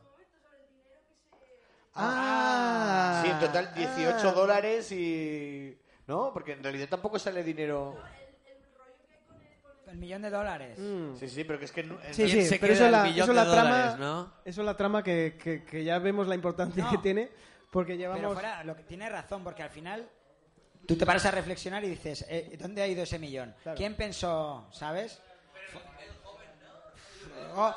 Ah,
Sí, en total 18
ah.
dólares y... ¿No? Porque en realidad tampoco sale dinero...
El millón de dólares.
Mm.
Sí, sí, pero que eh, es que... en-
Sí,
¿Quién
sí,
se
pero eso
queda
es
el
la,
billón
eso es la
de
trama,
dólares, no?
eso es la trama que, que- que ya vemos la importancia
No.
que tiene, porque llevamos...
Pero fuera, lo que tiene razón, porque al final tú te paras a reflexionar y dices, eh, ¿dónde ha ido ese millón?
Claro.
¿Quién pensó, sabes? O- o-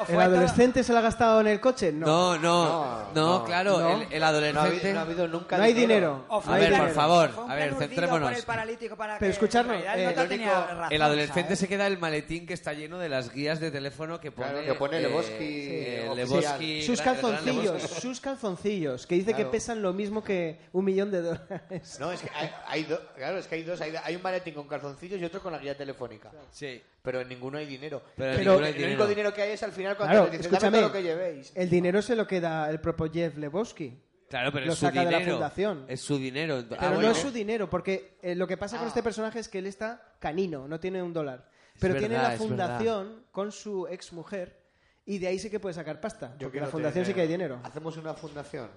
o fue
¿El
todo-
adolescente se lo ha gastado en el coche? No.
No, no, no, claro,
no.
El, el
No ha, habido,
adolescente...
no ha habido nunca
No hay dinero.
o
A
fue
ver,
un
por
plan-
favor,
fue un
a ver,
plan urdido
centrémonos.
por el paralítico para
Pero
que-
escuchadnos,
en realidad
eh,
el nota
lo
tenía
único-
razón,
El adolescente
¿sabes?
se queda el maletín que está lleno de las guías de teléfono que pone,
Claro, que pone Lebowski,
eh,
sí,
Lebowski,
oficial.
Sus
gran- gran
calzoncillos,
Lebowski.
sus calzoncillos, que dice
Claro.
que pesan lo mismo que un millón de dólares.
No, es que hay, hay do- Claro, es que hay dos. Hay, hay un maletín con calzoncillos y otro con la guía telefónica.
Sí.
Pero en ninguno hay dinero.
Pero en
el
ninguno hay
único
dinero.
dinero que hay es al final cuando
Claro,
les dicen, dame
escúchame,
todo lo que llevéis.
el dinero se lo queda el propio Jeff Lebowski.
Claro, pero
Lo
es su
saca de la
dinero.
fundación.
Es su dinero. Ah,
Pero
bueno.
no es su dinero, porque eh, lo que pasa con este personaje es que él está canino, no tiene un dólar. Pero tiene
verdad,
la
es
fundación con su ex mujer y de ahí sí que puede sacar pasta. porque
quiero
la fundación sí que hay dinero.
Hacemos una fundación.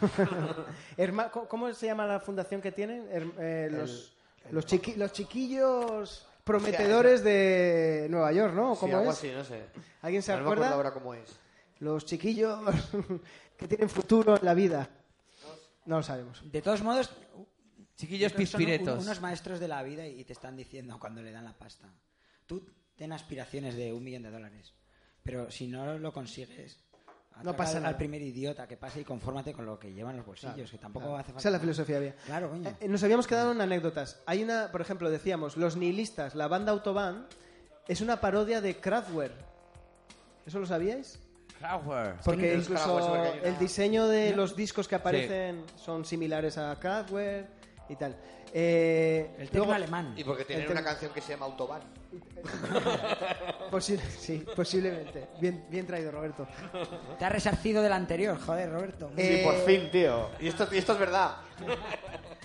Herma- ¿cómo- ¿Cómo se llama la fundación que tienen? Her- eh, los, los, chiqui- los chiquillos prometedores de Nueva York, ¿no? ¿O
Sí,
¿Cómo
algo
es?
así, no sé.
¿Alguien se
No me
acuerda?
acuerdo ahora cómo es.
Los chiquillos que tienen futuro en la vida. No lo sabemos.
De todos modos,
Chiquillos
yo creo que son un-
pispiretos.
unos maestros de la vida y te están diciendo cuando le dan la pasta. Tú ten aspiraciones de un millón de dólares, pero si no lo consigues, atraca
pasa
al-
nada.
al primer idiota que pase y confórmate con lo que llevan los bolsillos, que tampoco hace falta.
Esa es la
nada.
filosofía había.
Claro, coño.
Eh, nos habíamos quedado en anécdotas. Hay una, por ejemplo, decíamos, los nihilistas, la banda Autobahn, es una parodia de Kraftwerk. ¿Eso lo sabíais?
Power.
Porque
no es Kraftwerk,
incluso
porque hay una-
el diseño de los discos que aparecen son similares a Kraftwerk y tal. Eh,
El
luego-
tecno alemán.
Y porque tienen
El
una
tema-
canción que se llama Autobahn.
Posi- sí, posiblemente. Bien, bien traído, Roberto.
Te has resarcido del anterior, joder, Roberto.
Eh,
Sí, por fin, tío. Y esto, y esto es verdad.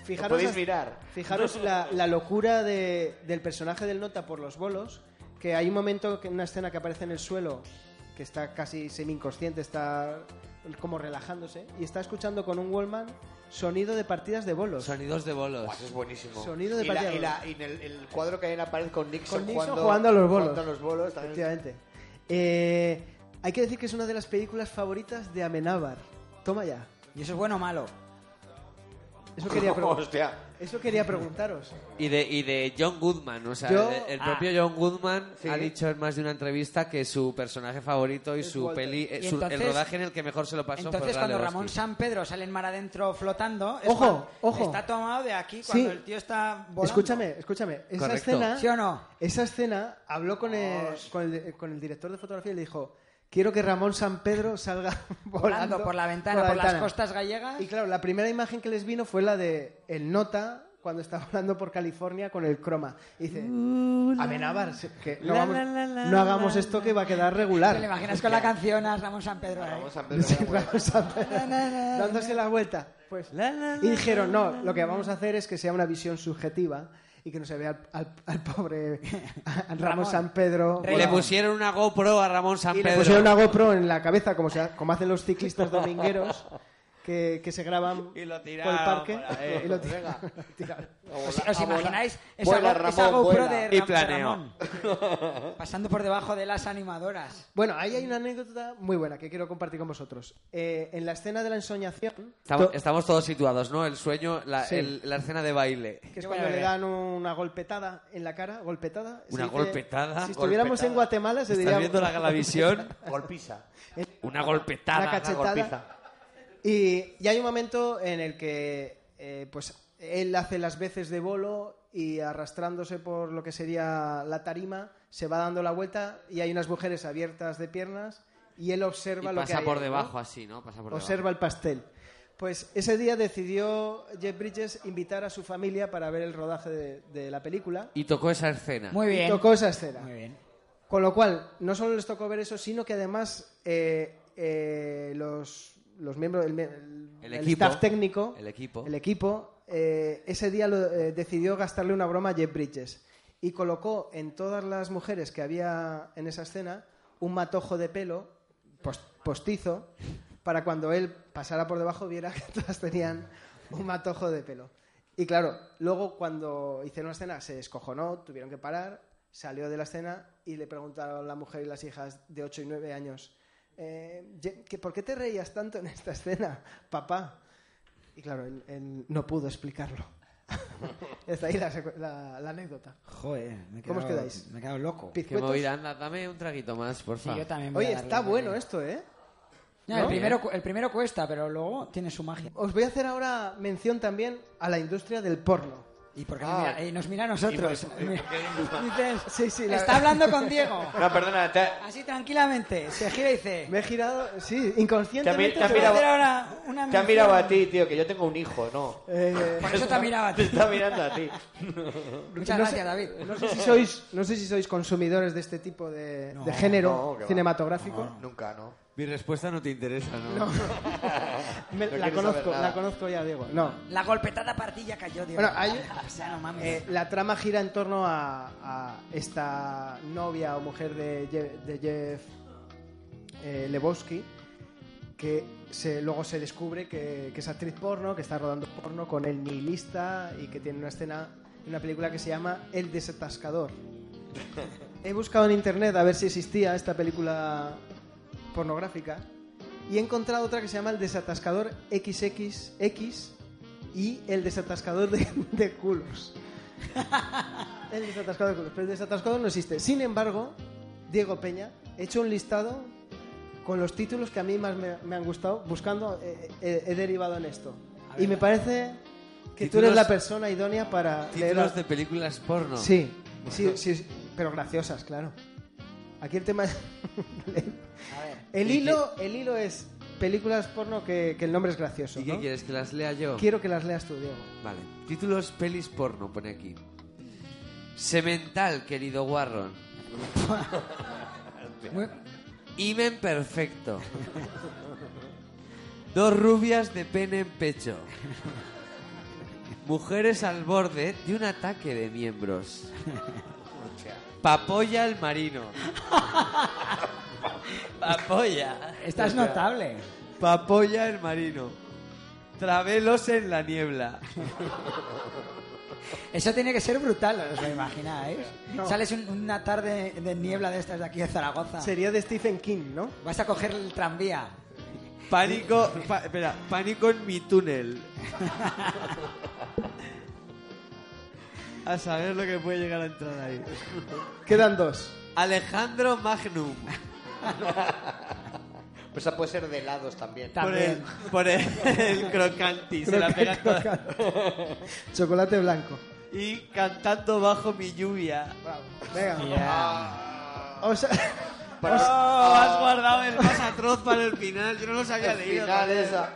Fijaros,
Lo podéis
hasta-
mirar.
Fijaros la, la locura de- del personaje del Nota por los bolos, que hay un momento, que, una escena que aparece en el suelo, que está casi semi-inconsciente, está como relajándose, y está escuchando con un Wallman sonido de partidas de bolos.
Sonidos de bolos.
Buah, eso es buenísimo.
Sonido de
y la,
partida.
y, la- y en el, el cuadro que hay en la pared con Nixon,
Con Nixon jugando a los bolos.
jugando a los bolos, también.
Efectivamente. Eh, hay que decir que es una de las películas favoritas de Amenábar. Toma ya.
¿Y eso es bueno o malo?
Eso quería, pregu-
Hostia.
eso quería preguntaros.
Y de, y de John Goodman, o sea,
Yo-
de- el
Ah.
propio John Goodman
Sí.
ha dicho en más de una entrevista que su personaje favorito y
Es
su
Walter.
peli, eh,
Y
su-
entonces-
el rodaje en el que mejor se lo pasó fue
Entonces,
el
cuando
Gran
Ramón
Lebowski.
San Pedro sale en mar adentro flotando, es
Ojo,
cuando
ojo.
está tomado de aquí cuando
Sí.
el tío está volando.
Escúchame, escúchame. Esa
Correcto.
escena.
¿Sí o no?
Esa escena habló con el, con, el, con el director de fotografía y le dijo: Quiero que Ramón San Pedro salga volando,
Volando por la ventana, por las costas gallegas.
Y claro, la primera imagen que les vino fue la de el Nota cuando está volando por California con el croma. Y dice: Amenábar, se- que no,
la,
vamos-
la, la, la,
no hagamos esto que va a quedar regular.
¿Te lo imaginas con la canción a Ramón San Pedro? ahí?
Vamos a ver.
Sí, Ramón San Pedro, dándose la vuelta. Pues.
La, la, la,
Y dijeron, no, lo que vamos a hacer es que sea una visión subjetiva y que no se vea al, al- al pobre a- a Ramón San Pedro.
Y le pusieron una GoPro a Ramón San
y le
Pedro.
pusieron una GoPro en la cabeza, como, se ha- como hacen los ciclistas domingueros, que, que se graban
Y lo
por el
tiraron
parque.
por ahí.
y lo tiraron.
Venga.
Tiraron.
¿Os, os imagináis esa,
Vuela,
go- esa
Ramón,
GoPro
vuela.
de
Y
Ram-
planeo.
Ramón, pasando por debajo de las animadoras?
Bueno, ahí hay una anécdota muy buena que quiero compartir con vosotros. Eh, en la escena de la ensoñación,
Estamos, estamos todos situados, ¿no? El sueño, la,
Sí.
el- la escena de baile.
que es cuando le dan una golpetada en la cara, golpetada. se
Una
dice-
golpetada.
Si estuviéramos en Guatemala se
¿Estás
diría...
viendo la galavisión?
Golpiza.
Una golpetada.
Una cachetada. Y, y hay un momento en el que eh, pues él hace las veces de bolo y arrastrándose por lo que sería la tarima se va dando la vuelta y hay unas mujeres abiertas de piernas y él observa
Y
lo que
pasa
hay
por
ahí, ¿no?
debajo así, ¿no? Pasa por
observa el pastel. Pues ese día decidió Jeff Bridges invitar a su familia para ver el rodaje de, de la película.
debajo. Y tocó esa escena.
Y tocó esa escena. Con lo cual, no solo les tocó ver eso, sino que además eh, eh, los, los miembros, el, me- el-
El
el
equipo.
staff técnico,
El equipo.
el equipo, eh, ese día lo- eh, decidió gastarle una broma a Jeff Bridges y colocó en todas las mujeres que había en esa escena un matojo de pelo pos- postizo para cuando él pasara por debajo viera que todas tenían un matojo de pelo. Y claro, luego cuando hicieron la escena se descojonó, tuvieron que parar, salió de la escena y le preguntaron la mujer y las hijas de 8 y 9 años, eh, Je- que ¿por qué te reías tanto en esta escena, papá? Y claro, él, él no pudo explicarlo. Está ahí la, secu- la- la anécdota.
Joder, me he
¿Cómo os
quedado-
quedáis?
Me he quedado loco.
Que
¿Pizcuetos?
movida, anda, dame un traguito más, por favor.
Sí, yo también voy a
Oye,
darle
está
también.
bueno esto, ¿eh?
No,
¿No?
El, primero, cu- el primero cuesta, pero luego tiene su magia.
Os voy a hacer ahora mención también a la industria del porno.
¿Y por qué
Ah.
no mira- eh, nos mira a nosotros? Mira, dices,
Sí, sí, la-
está hablando con Diego.
No, perdona, te,
Así tranquilamente, se gira y dice...
Me he girado, sí,
te, ha mi-
inconscientemente.
te ha
se va a
mirado,
hacer ahora-
ahora una
te ha mirado a ti, tío, que yo tengo un hijo, ¿no?
Eh,
Por eso te ha mirado a ti.
Te está mirando a ti.
Muchas
no sé-
gracias, David.
No sé, si sois, no sé si sois consumidores de este tipo de, de género
no, que va.
cinematográfico.
Nunca, ¿no?
Mi respuesta no te interesa, ¿no?
Me-
No
la
quiero
conozco,
saber nada.
la conozco ya, Diego. No.
La golpetada partilla cayó, Diego.
Bueno, hay-
O sea, no mames.
Eh, la trama gira en torno a, a esta novia o mujer de Jeff, de Jeff, eh, Lebowski, que se- luego se descubre que, que es actriz porno, que está rodando porno con el nihilista y que tiene una escena en una película que se llama El desatascador. He buscado en internet a ver si existía esta película pornográfica y he encontrado otra que se llama El desatascador XXX y El desatascador de, de culos. El desatascador de culos, pero el desatascador no existe. Sin embargo, Diego Peña, he hecho un listado con los títulos que a mí más me, me han gustado, buscando, eh, eh, he derivado en esto. Y me parece que tú eres
Títulos-
la persona idónea para leer...
Títulos
a-
de películas porno.
Sí, sí, sí, sí, pero graciosas, claro. Aquí el tema es...
A ver.
el,
¿Y
hilo, el hilo es películas porno que, que el nombre es gracioso.
¿Y qué
¿no?
quieres? ¿Que las lea yo?
Quiero que las leas tú, Diego.
Vale. Títulos pelis porno, pone aquí. Semental, querido Warren.
Muy-
Imen perfecto. Dos rubias de pene en pecho. Mujeres al borde de un ataque de miembros. Papoya al marino. Papoya.
Esta es notable.
Papoya el marino. Travelos en la niebla.
Eso tiene que ser brutal, os lo imagináis.
No.
Sales un- una tarde de niebla de estas de aquí de Zaragoza.
Sería de Stephen King, ¿no?
Vas a coger el tranvía.
Pánico, pa- espera, pánico en mi túnel. A saber lo que puede llegar a entrar ahí.
Quedan dos.
Alejandro Magnum.
Pues esa puede ser de lados también.
Por el, por el, el crocanti. Se la pega toda.
Chocolate blanco.
Y cantando bajo mi lluvia.
Venga. O sea-
Ah.
Oh, has guardado el más atroz para el final. Yo no los había
El
leído.
final eh. pues-
¿no?
esa.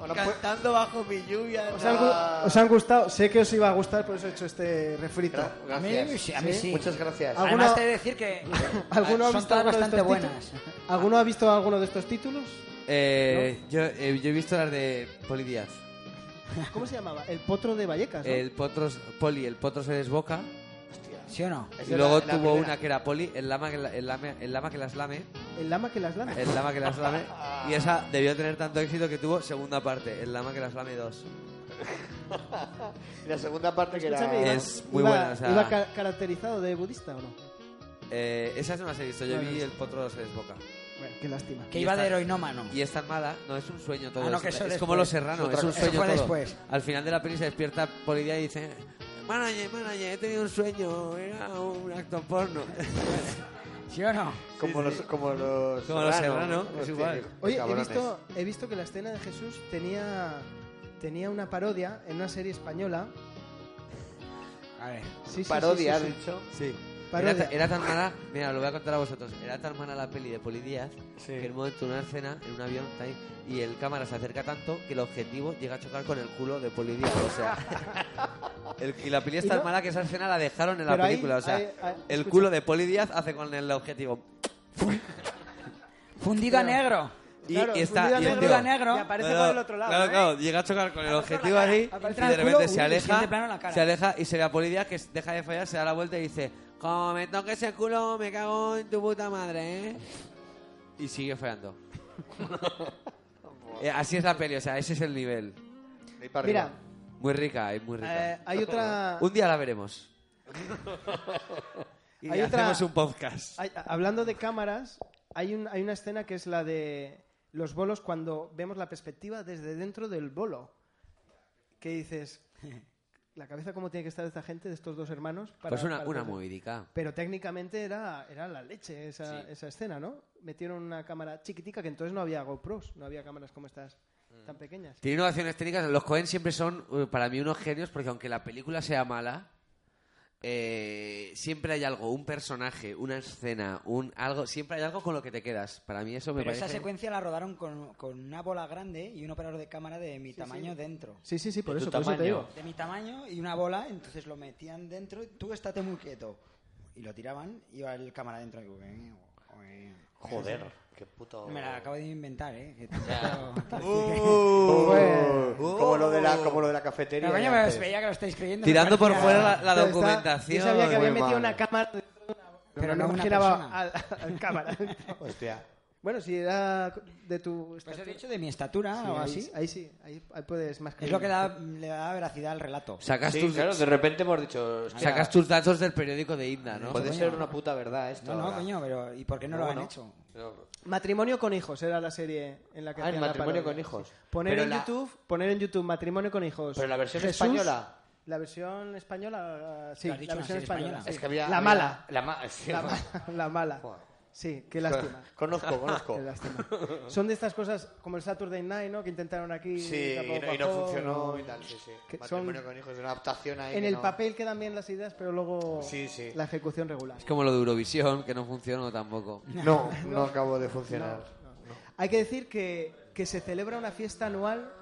Ahora puede-
Cantando bajo mi lluvia.
os, han, gu- os han gustado, sé que os iba a gustar, por eso he hecho este refrito.
Gra-
A mí
gracias.
sí, a mí sí.
Muchas gracias.
Ah, ¿Alguno-
Además, te he de decir que
¿Alguno ha
son
visto
todas
alguno de
bastante
estos
buenas.
títulos? ¿Alguno ha visto alguno de estos títulos?
Eh, yo, eh, yo he visto las de Poli Díaz.
¿Ah,
¿Cómo se llamaba? El potro de Vallecas. ¿no?
El Potros, Poli, el Potros eres boca.
¿Sí o no?
Y luego tuvo una que era poli, el lama, que la- el, lame- el lama que las lame,
El lama que las lame.
el lama que las lame, y esa debió tener tanto éxito que tuvo segunda parte, el lama que las lame 2.
Y la segunda parte que era...
Escúchame, iba-
Es muy
iba-
buena, o sea-
¿Iba ca- caracterizado de budista o no?
Eh, esas no las he visto, yo
No, no
vi
sé.
el potro se desboca.
Bueno, qué lástima.
Que
Y
iba
está-
de heroinómano.
Y es tan mala, no, es un sueño todo.
Ah, no,
es
que eso
es
después.
como Los Serrano,
Eso
es un
otra-
sueño
eso fue
todo.
después.
Al final de la peli se despierta Polidea y dice, manager, manager, he tenido un sueño, era un acto porno.
¿Sí o no?
Como los, como los,
Como los Serrano,
Hostia,
es igual.
qué
Oye, he
cabrones.
visto, he visto que la escena de Jesús tenía, tenía una parodia en una serie española.
A ver.
Sí, sí,
Parodia,
sí, sí,
has
sí.
dicho.
Sí.
Parodia.
Era, ta- era tan mala, mira, lo voy a contar a vosotros. Era tan mala la peli de Polidíaz que en un momento en una escena, en un avión, está ahí, y el cámara se acerca tanto que el objetivo llega a chocar con el culo de Polidíaz. O sea, el- y la peli es
Y
tan
no-
mala que esa escena la dejaron en la
Pero ahí-
película. o sea,
ahí- ahí-
el
escucha.
culo de Polidíaz hace con el objetivo.
Fundido a negro.
Y,
Claro,
y está.
fundido a
y el
negro.
tío-
a negro.
Y aparece
No, no,
por el otro lado.
Claro,
¿eh?
claro, llega a chocar con el objetivo
la cara.
ahí
Aparece
y de
el
repente
culo,
se
uy,
aleja,
siguiente plano, la cara.
se aleja y se ve a Polidíaz que s- deja de fallar, se da la vuelta y dice, como me toques el culo, me cago en tu puta madre, ¿eh? Y sigue fallando. Eh, así es la peli, o sea, ese es el nivel.
Ahí para arriba.
Mira,
Muy rica, es muy rica.
eh, hay otra.
Un día la veremos. y
Hay otra-
hacemos un podcast.
Hay- a- hablando de cámaras, hay, un- hay una escena que es la de los bolos cuando vemos la perspectiva desde dentro del bolo. Que dices, la cabeza cómo tiene que estar de esta gente, de estos dos hermanos. para-
Pues una,
para
una
hacer-
movidica.
Pero técnicamente era, era la leche esa, esa escena, ¿no? Metieron una cámara chiquitica que entonces no había GoPros, no había cámaras como estas tan pequeñas.
Tiene innovaciones técnicas. Los Cohen siempre son, eh, para mí, unos genios, porque aunque la película sea mala, eh, siempre hay algo, un personaje, una escena, un algo, siempre hay algo con lo que te quedas. Para mí eso me
Pero
parece...
esa secuencia la rodaron con, con una bola grande y un operador de cámara de mi tamaño dentro.
Sí, sí, sí, por
De tu
eso, por eso te
tamaño.
digo.
De mi tamaño y una bola, entonces lo metían dentro y tú estate muy quieto. Y lo tiraban y iba el cámara dentro. y-
Joder, qué puto...
eh". Me la acabo de inventar, ¿eh? Que Uh,
Joder.
Pues,
como, lo de la,
oh.
como lo de la cafetería.
Pero coño,
de
me
antes.
os veía que lo estáis creyendo.
Tirando
me
por
parecía-
fuera la, la
Pero está-
documentación.
Yo sabía que había
Muy
metido
mal.
una cámara, pero no,
no una
giraba
persona.
al, al cámara.
Hostia.
bueno, si era de tu...
Pues he
estatura.
dicho de mi estatura
Sí,
o
ahí-
así.
Ahí sí, ahí, ahí puedes más
Es lo que da- le da veracidad al relato.
Sacas,
Sí,
tus,
claro, de repente hemos dicho... hostia,
sacas tus datos del periódico de Inda, ¿no?
Puede ser una puta verdad esto.
No, no,
ahora.
coño, pero ¿y por qué no,
No,
lo han
no.
hecho?
Pero-
Matrimonio con hijos era la serie en la que
Ah, el
hacían la
matrimonio
parodia.
con hijos.
Sí. Poner
Pero
en
la-
YouTube, poner en YouTube matrimonio con hijos.
Pero la versión
Jesús,
española.
La versión española, ah, sí, la
Lo has
versión
dicho, una serie
española.
española.
sí.
Es que había-
la
había-
mala,
La, ma- sí,
la
no.
mala, la mala.
Joder.
Sí, qué lástima.
Conozco, conozco.
Qué lástima. Son de estas cosas como el Saturday Night, ¿no? Que intentaron aquí.
Sí,
tampoco
y no, y no
bajó,
funcionó
no.
y tal, sí, sí.
Que
Matrimonio
son-
con hijos, una adaptación ahí.
En
que
el
no.
papel quedan bien las ideas, pero luego
Sí, sí.
la ejecución regular.
Es como lo de Eurovisión, que no funcionó tampoco.
No, no acabo de funcionar.
Hay que decir que, que se celebra una fiesta anual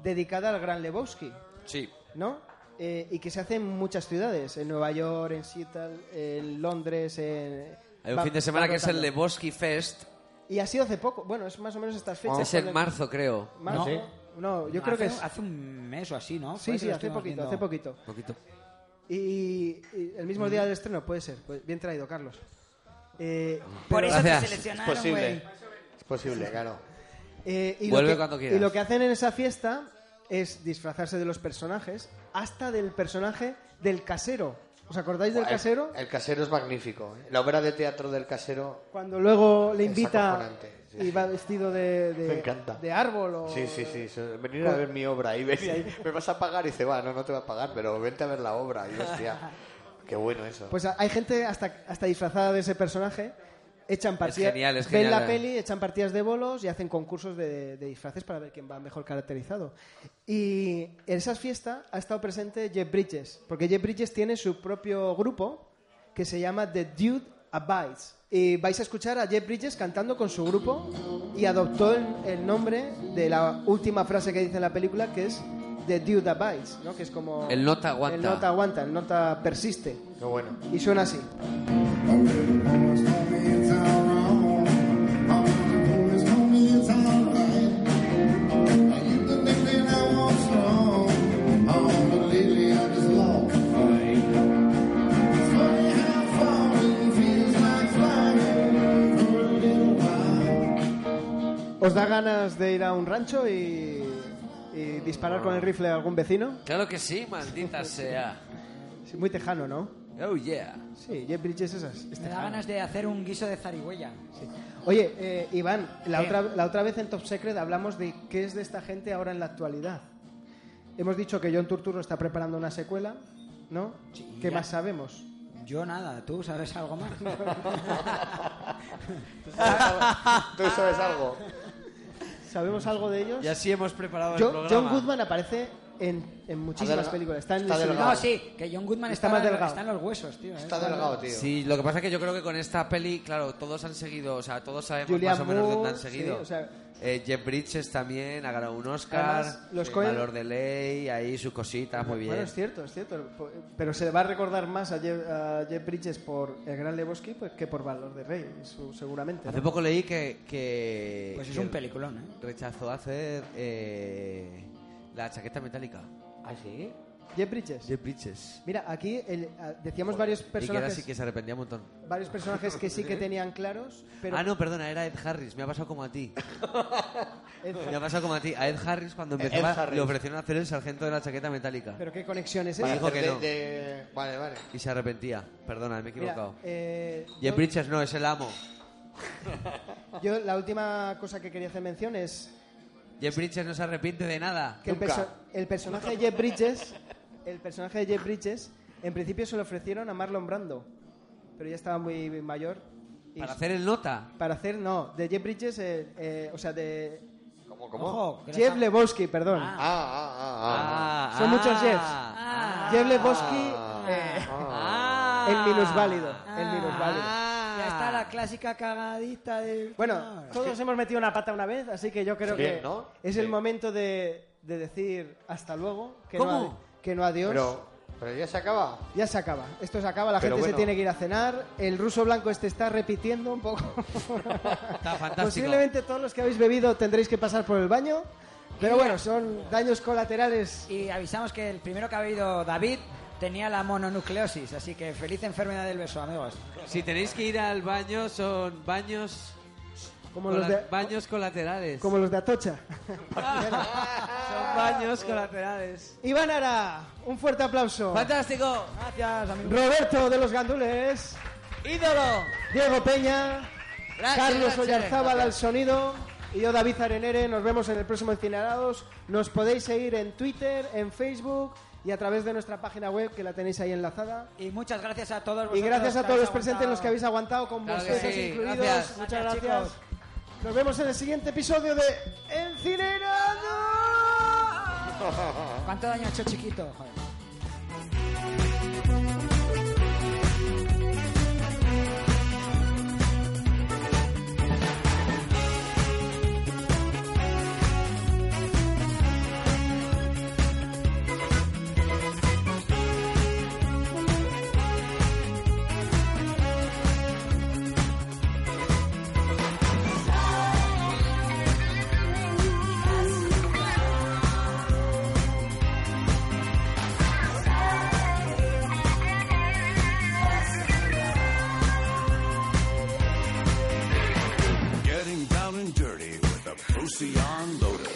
dedicada al Gran Lebowski,
Sí.
¿no? Eh, y que se hace en muchas ciudades, en Nueva York, en Seattle, en Londres, en...
Hay un
va-
fin de semana
va
que es el
rotando.
Lebowski Fest.
Y ha sido hace poco, bueno, es más o menos estas fechas.
es en
cuando-
marzo, creo.
Marzo.
¿Ah, sí?
No, yo
No,
creo
hace,
que es...
Hace un mes o así, ¿no?
Sí, sí, hace poquito, hace poquito.
Poquito.
Y, y el
Mm.
mismo día del estreno, puede ser. Pues bien traído, Carlos. Eh,
Por
pero-
eso te
Gracias.
Es
seleccionaron,
posible.
güey.
Ah,
Es posible, claro.
Eh, y
Vuelve
lo que,
cuando quieras.
Y lo que hacen en esa fiesta es disfrazarse de los personajes, hasta del personaje del casero. ¿Os acordáis del
Buah, el-
casero?
El, casero es magnífico. ¿eh? La obra de teatro del casero.
Cuando luego le
Es
invita
acojonante, sí.
y va vestido de, de-
Me encanta.
de árbol o...
Sí, sí, sí. eso- Venir a ver mi obra y ven- me vas a pagar y dice, va, no, no te va a pagar, pero vente a ver la obra. Y hostia, qué bueno eso.
Pues hay gente hasta, hasta disfrazada de ese personaje. Echan partidas,
genial, es
ven
genial.
la peli, echan partidas de bolos y hacen concursos de, de disfraces para ver quién va mejor caracterizado. Y en esa fiesta ha estado presente Jeff Bridges, porque Jeff Bridges tiene su propio grupo que se llama The Dude Abides. Y vais a escuchar a Jeff Bridges cantando con su grupo y adoptó el, el nombre de la última frase que dice en la película, que es The Dude Abides, ¿no? que es como...
El nota aguanta.
El nota aguanta, el nota persiste.
Qué bueno.
Y suena así.
Lily, I just long for you.
da ganas de ir a un rancho y, y disparar con el rifle a algún vecino?
Claro que sí, maldita sea.
Es muy tejano, ¿no?
Oh, yeah.
Sí, Jeff Bridges esas. es
Me da
tejano.
ganas de hacer un guiso de zarigüeya.
Oye, eh, Iván, la
¿Qué?
otra, la otra vez en Top Secret hablamos de qué es de esta gente ahora en la actualidad. Hemos dicho que John Turturro está preparando una secuela, ¿no? ¿Qué
ya.
más sabemos?
Yo nada, ¿tú sabes algo más?
¿Tú sabes algo?
¿Sabemos algo de ellos?
Y así hemos preparado
Jo-
el programa.
John Goodman aparece en, en muchísimas
Adelga-
películas. Está en
está
el-
delgado.
No, Ah, sí, que John Goodman
Está
está,
más delgado.
está en los huesos, tío. ¿eh?
Está delgado, tío.
Sí, lo que pasa es que yo creo que con esta peli, claro, todos han seguido, o sea, todos sabemos
Julia
más o menos
Moore,
dónde han
sí,
seguido.
o sea-
Eh, Jeff Bridges también ha ganado un Oscar,
Además, los
Sí.
Coen-
Valor de Ley, ahí sus cositas, muy bien.
Bueno, es cierto, es cierto. Pero se va a recordar más a Jeff, a Jeff Bridges por El Gran Lebowski pues, que por Valor de Rey, eso seguramente. ¿no?
Hace poco leí que, que-
Pues es
que
un peliculón, ¿eh?
Rechazó hacer eh, la chaqueta metálica.
¿Ah, sí? Jeff Bridges.
Jeff Bridges.
Mira, aquí el- ah, decíamos varios
Y que ahora
personajes,
sí que se arrepentía un montón.
varios personajes que sí que tenían claros, pero
Ah, no, perdona, era Ed Harris, me ha pasado como a ti. me ha pasado como a ti. A Ed Harris cuando
Ed
empezaba
Harris.
le ofrecieron hacer el sargento de la chaqueta metálica.
pero qué conexiones ¿eh? es
Vale,
esa?
dijo que no.
De- Vale, vale.
Y se arrepentía. Perdona, me he
Mira,
equivocado.
eh,
Jeff
no-
Bridges no, es el amo.
Yo la última cosa que quería hacer mención es
Jeff Bridges no se arrepiente de nada.
que el, perso- el personaje de Jeff Bridges, el personaje de Jeff Bridges, en principio se lo ofrecieron a Marlon Brando, pero ya estaba muy mayor. y-
Para hacer el nota.
Para hacer, no, de Jeff Bridges, eh, eh, o sea, de...
¿Cómo,
cómo? Ojo, Oh, que no
Jeff
está-
Lebowski, perdón.
Ah, ah, ah.
Son muchos Jeffs.
Ah.
Jeff Lebowski, eh, el minusválido. El minusválido.
ah.
Ya está la clásica cagadita de... Ah,
Bueno, todos hemos metido una pata una vez, así que yo creo
Sí,
que
¿no?
es
Sí.
el momento de, de decir hasta luego, que, No,
¿Cómo?
ad- que no adiós.
Pero, pero ya se acaba.
Ya se acaba, esto se acaba, la
Pero
gente
bueno.
se tiene que ir a cenar, el ruso blanco este está repitiendo un poco.
Está fantástico.
Posiblemente todos los que habéis bebido tendréis que pasar por el baño, pero bueno, son daños colaterales.
Y avisamos que el primero que ha habido David tenía la mononucleosis, así que feliz enfermedad del beso, amigos.
Si tenéis que ir al baño, son baños.
Como
cola-
los de-
Baños colaterales.
Como los de Atocha.
Son baños colaterales.
Iván Ara, un fuerte aplauso.
¡Fantástico!
Gracias, amigo.
Roberto de los Gandules.
¡Ídolo!
Diego Peña,
Gracias,
Carlos
gracias.
Oyarzábal al sonido y yo David Arenere. Nos vemos en el próximo Incinerados. Nos podéis seguir en Twitter, en Facebook y a través de nuestra página web que la tenéis ahí enlazada.
Y muchas gracias a todos
Y
vosotros.
gracias a
que
todos los
habéis
presentes,
aguantado.
los que habéis aguantado con
Claro que
vosotros
sí,
incluidos.
gracias.
Muchas
Gracias,
gracias. Nos vemos en el siguiente episodio de Encinerados.
¿Cuánto daño ha hecho chiquito? Joder.
Getting down and dirty with a Procyon loader.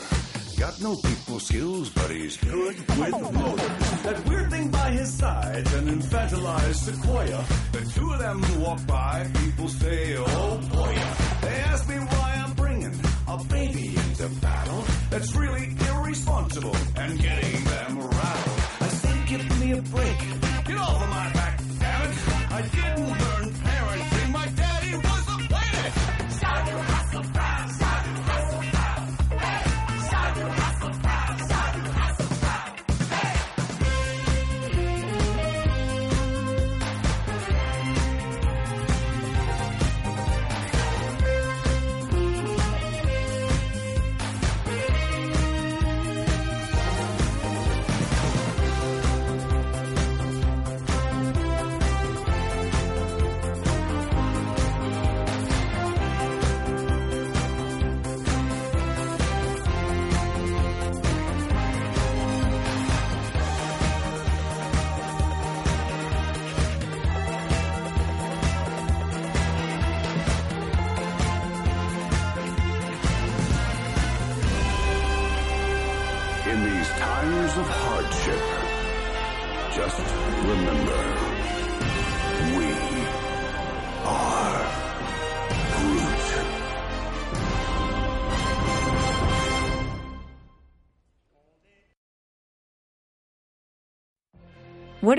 Got no people skills, but he's good with motor. That weird thing by his side, an infantilized sequoia. The two of them walk by, people say, oh boy. They ask me why I'm bringing a baby into battle. That's really irresponsible and getting them rattled. I said, give me a break. Get off of my back, damn it. I didn't learn parenting. My daddy was a planet.
Thank
ship. Just remember, we are Groot.
What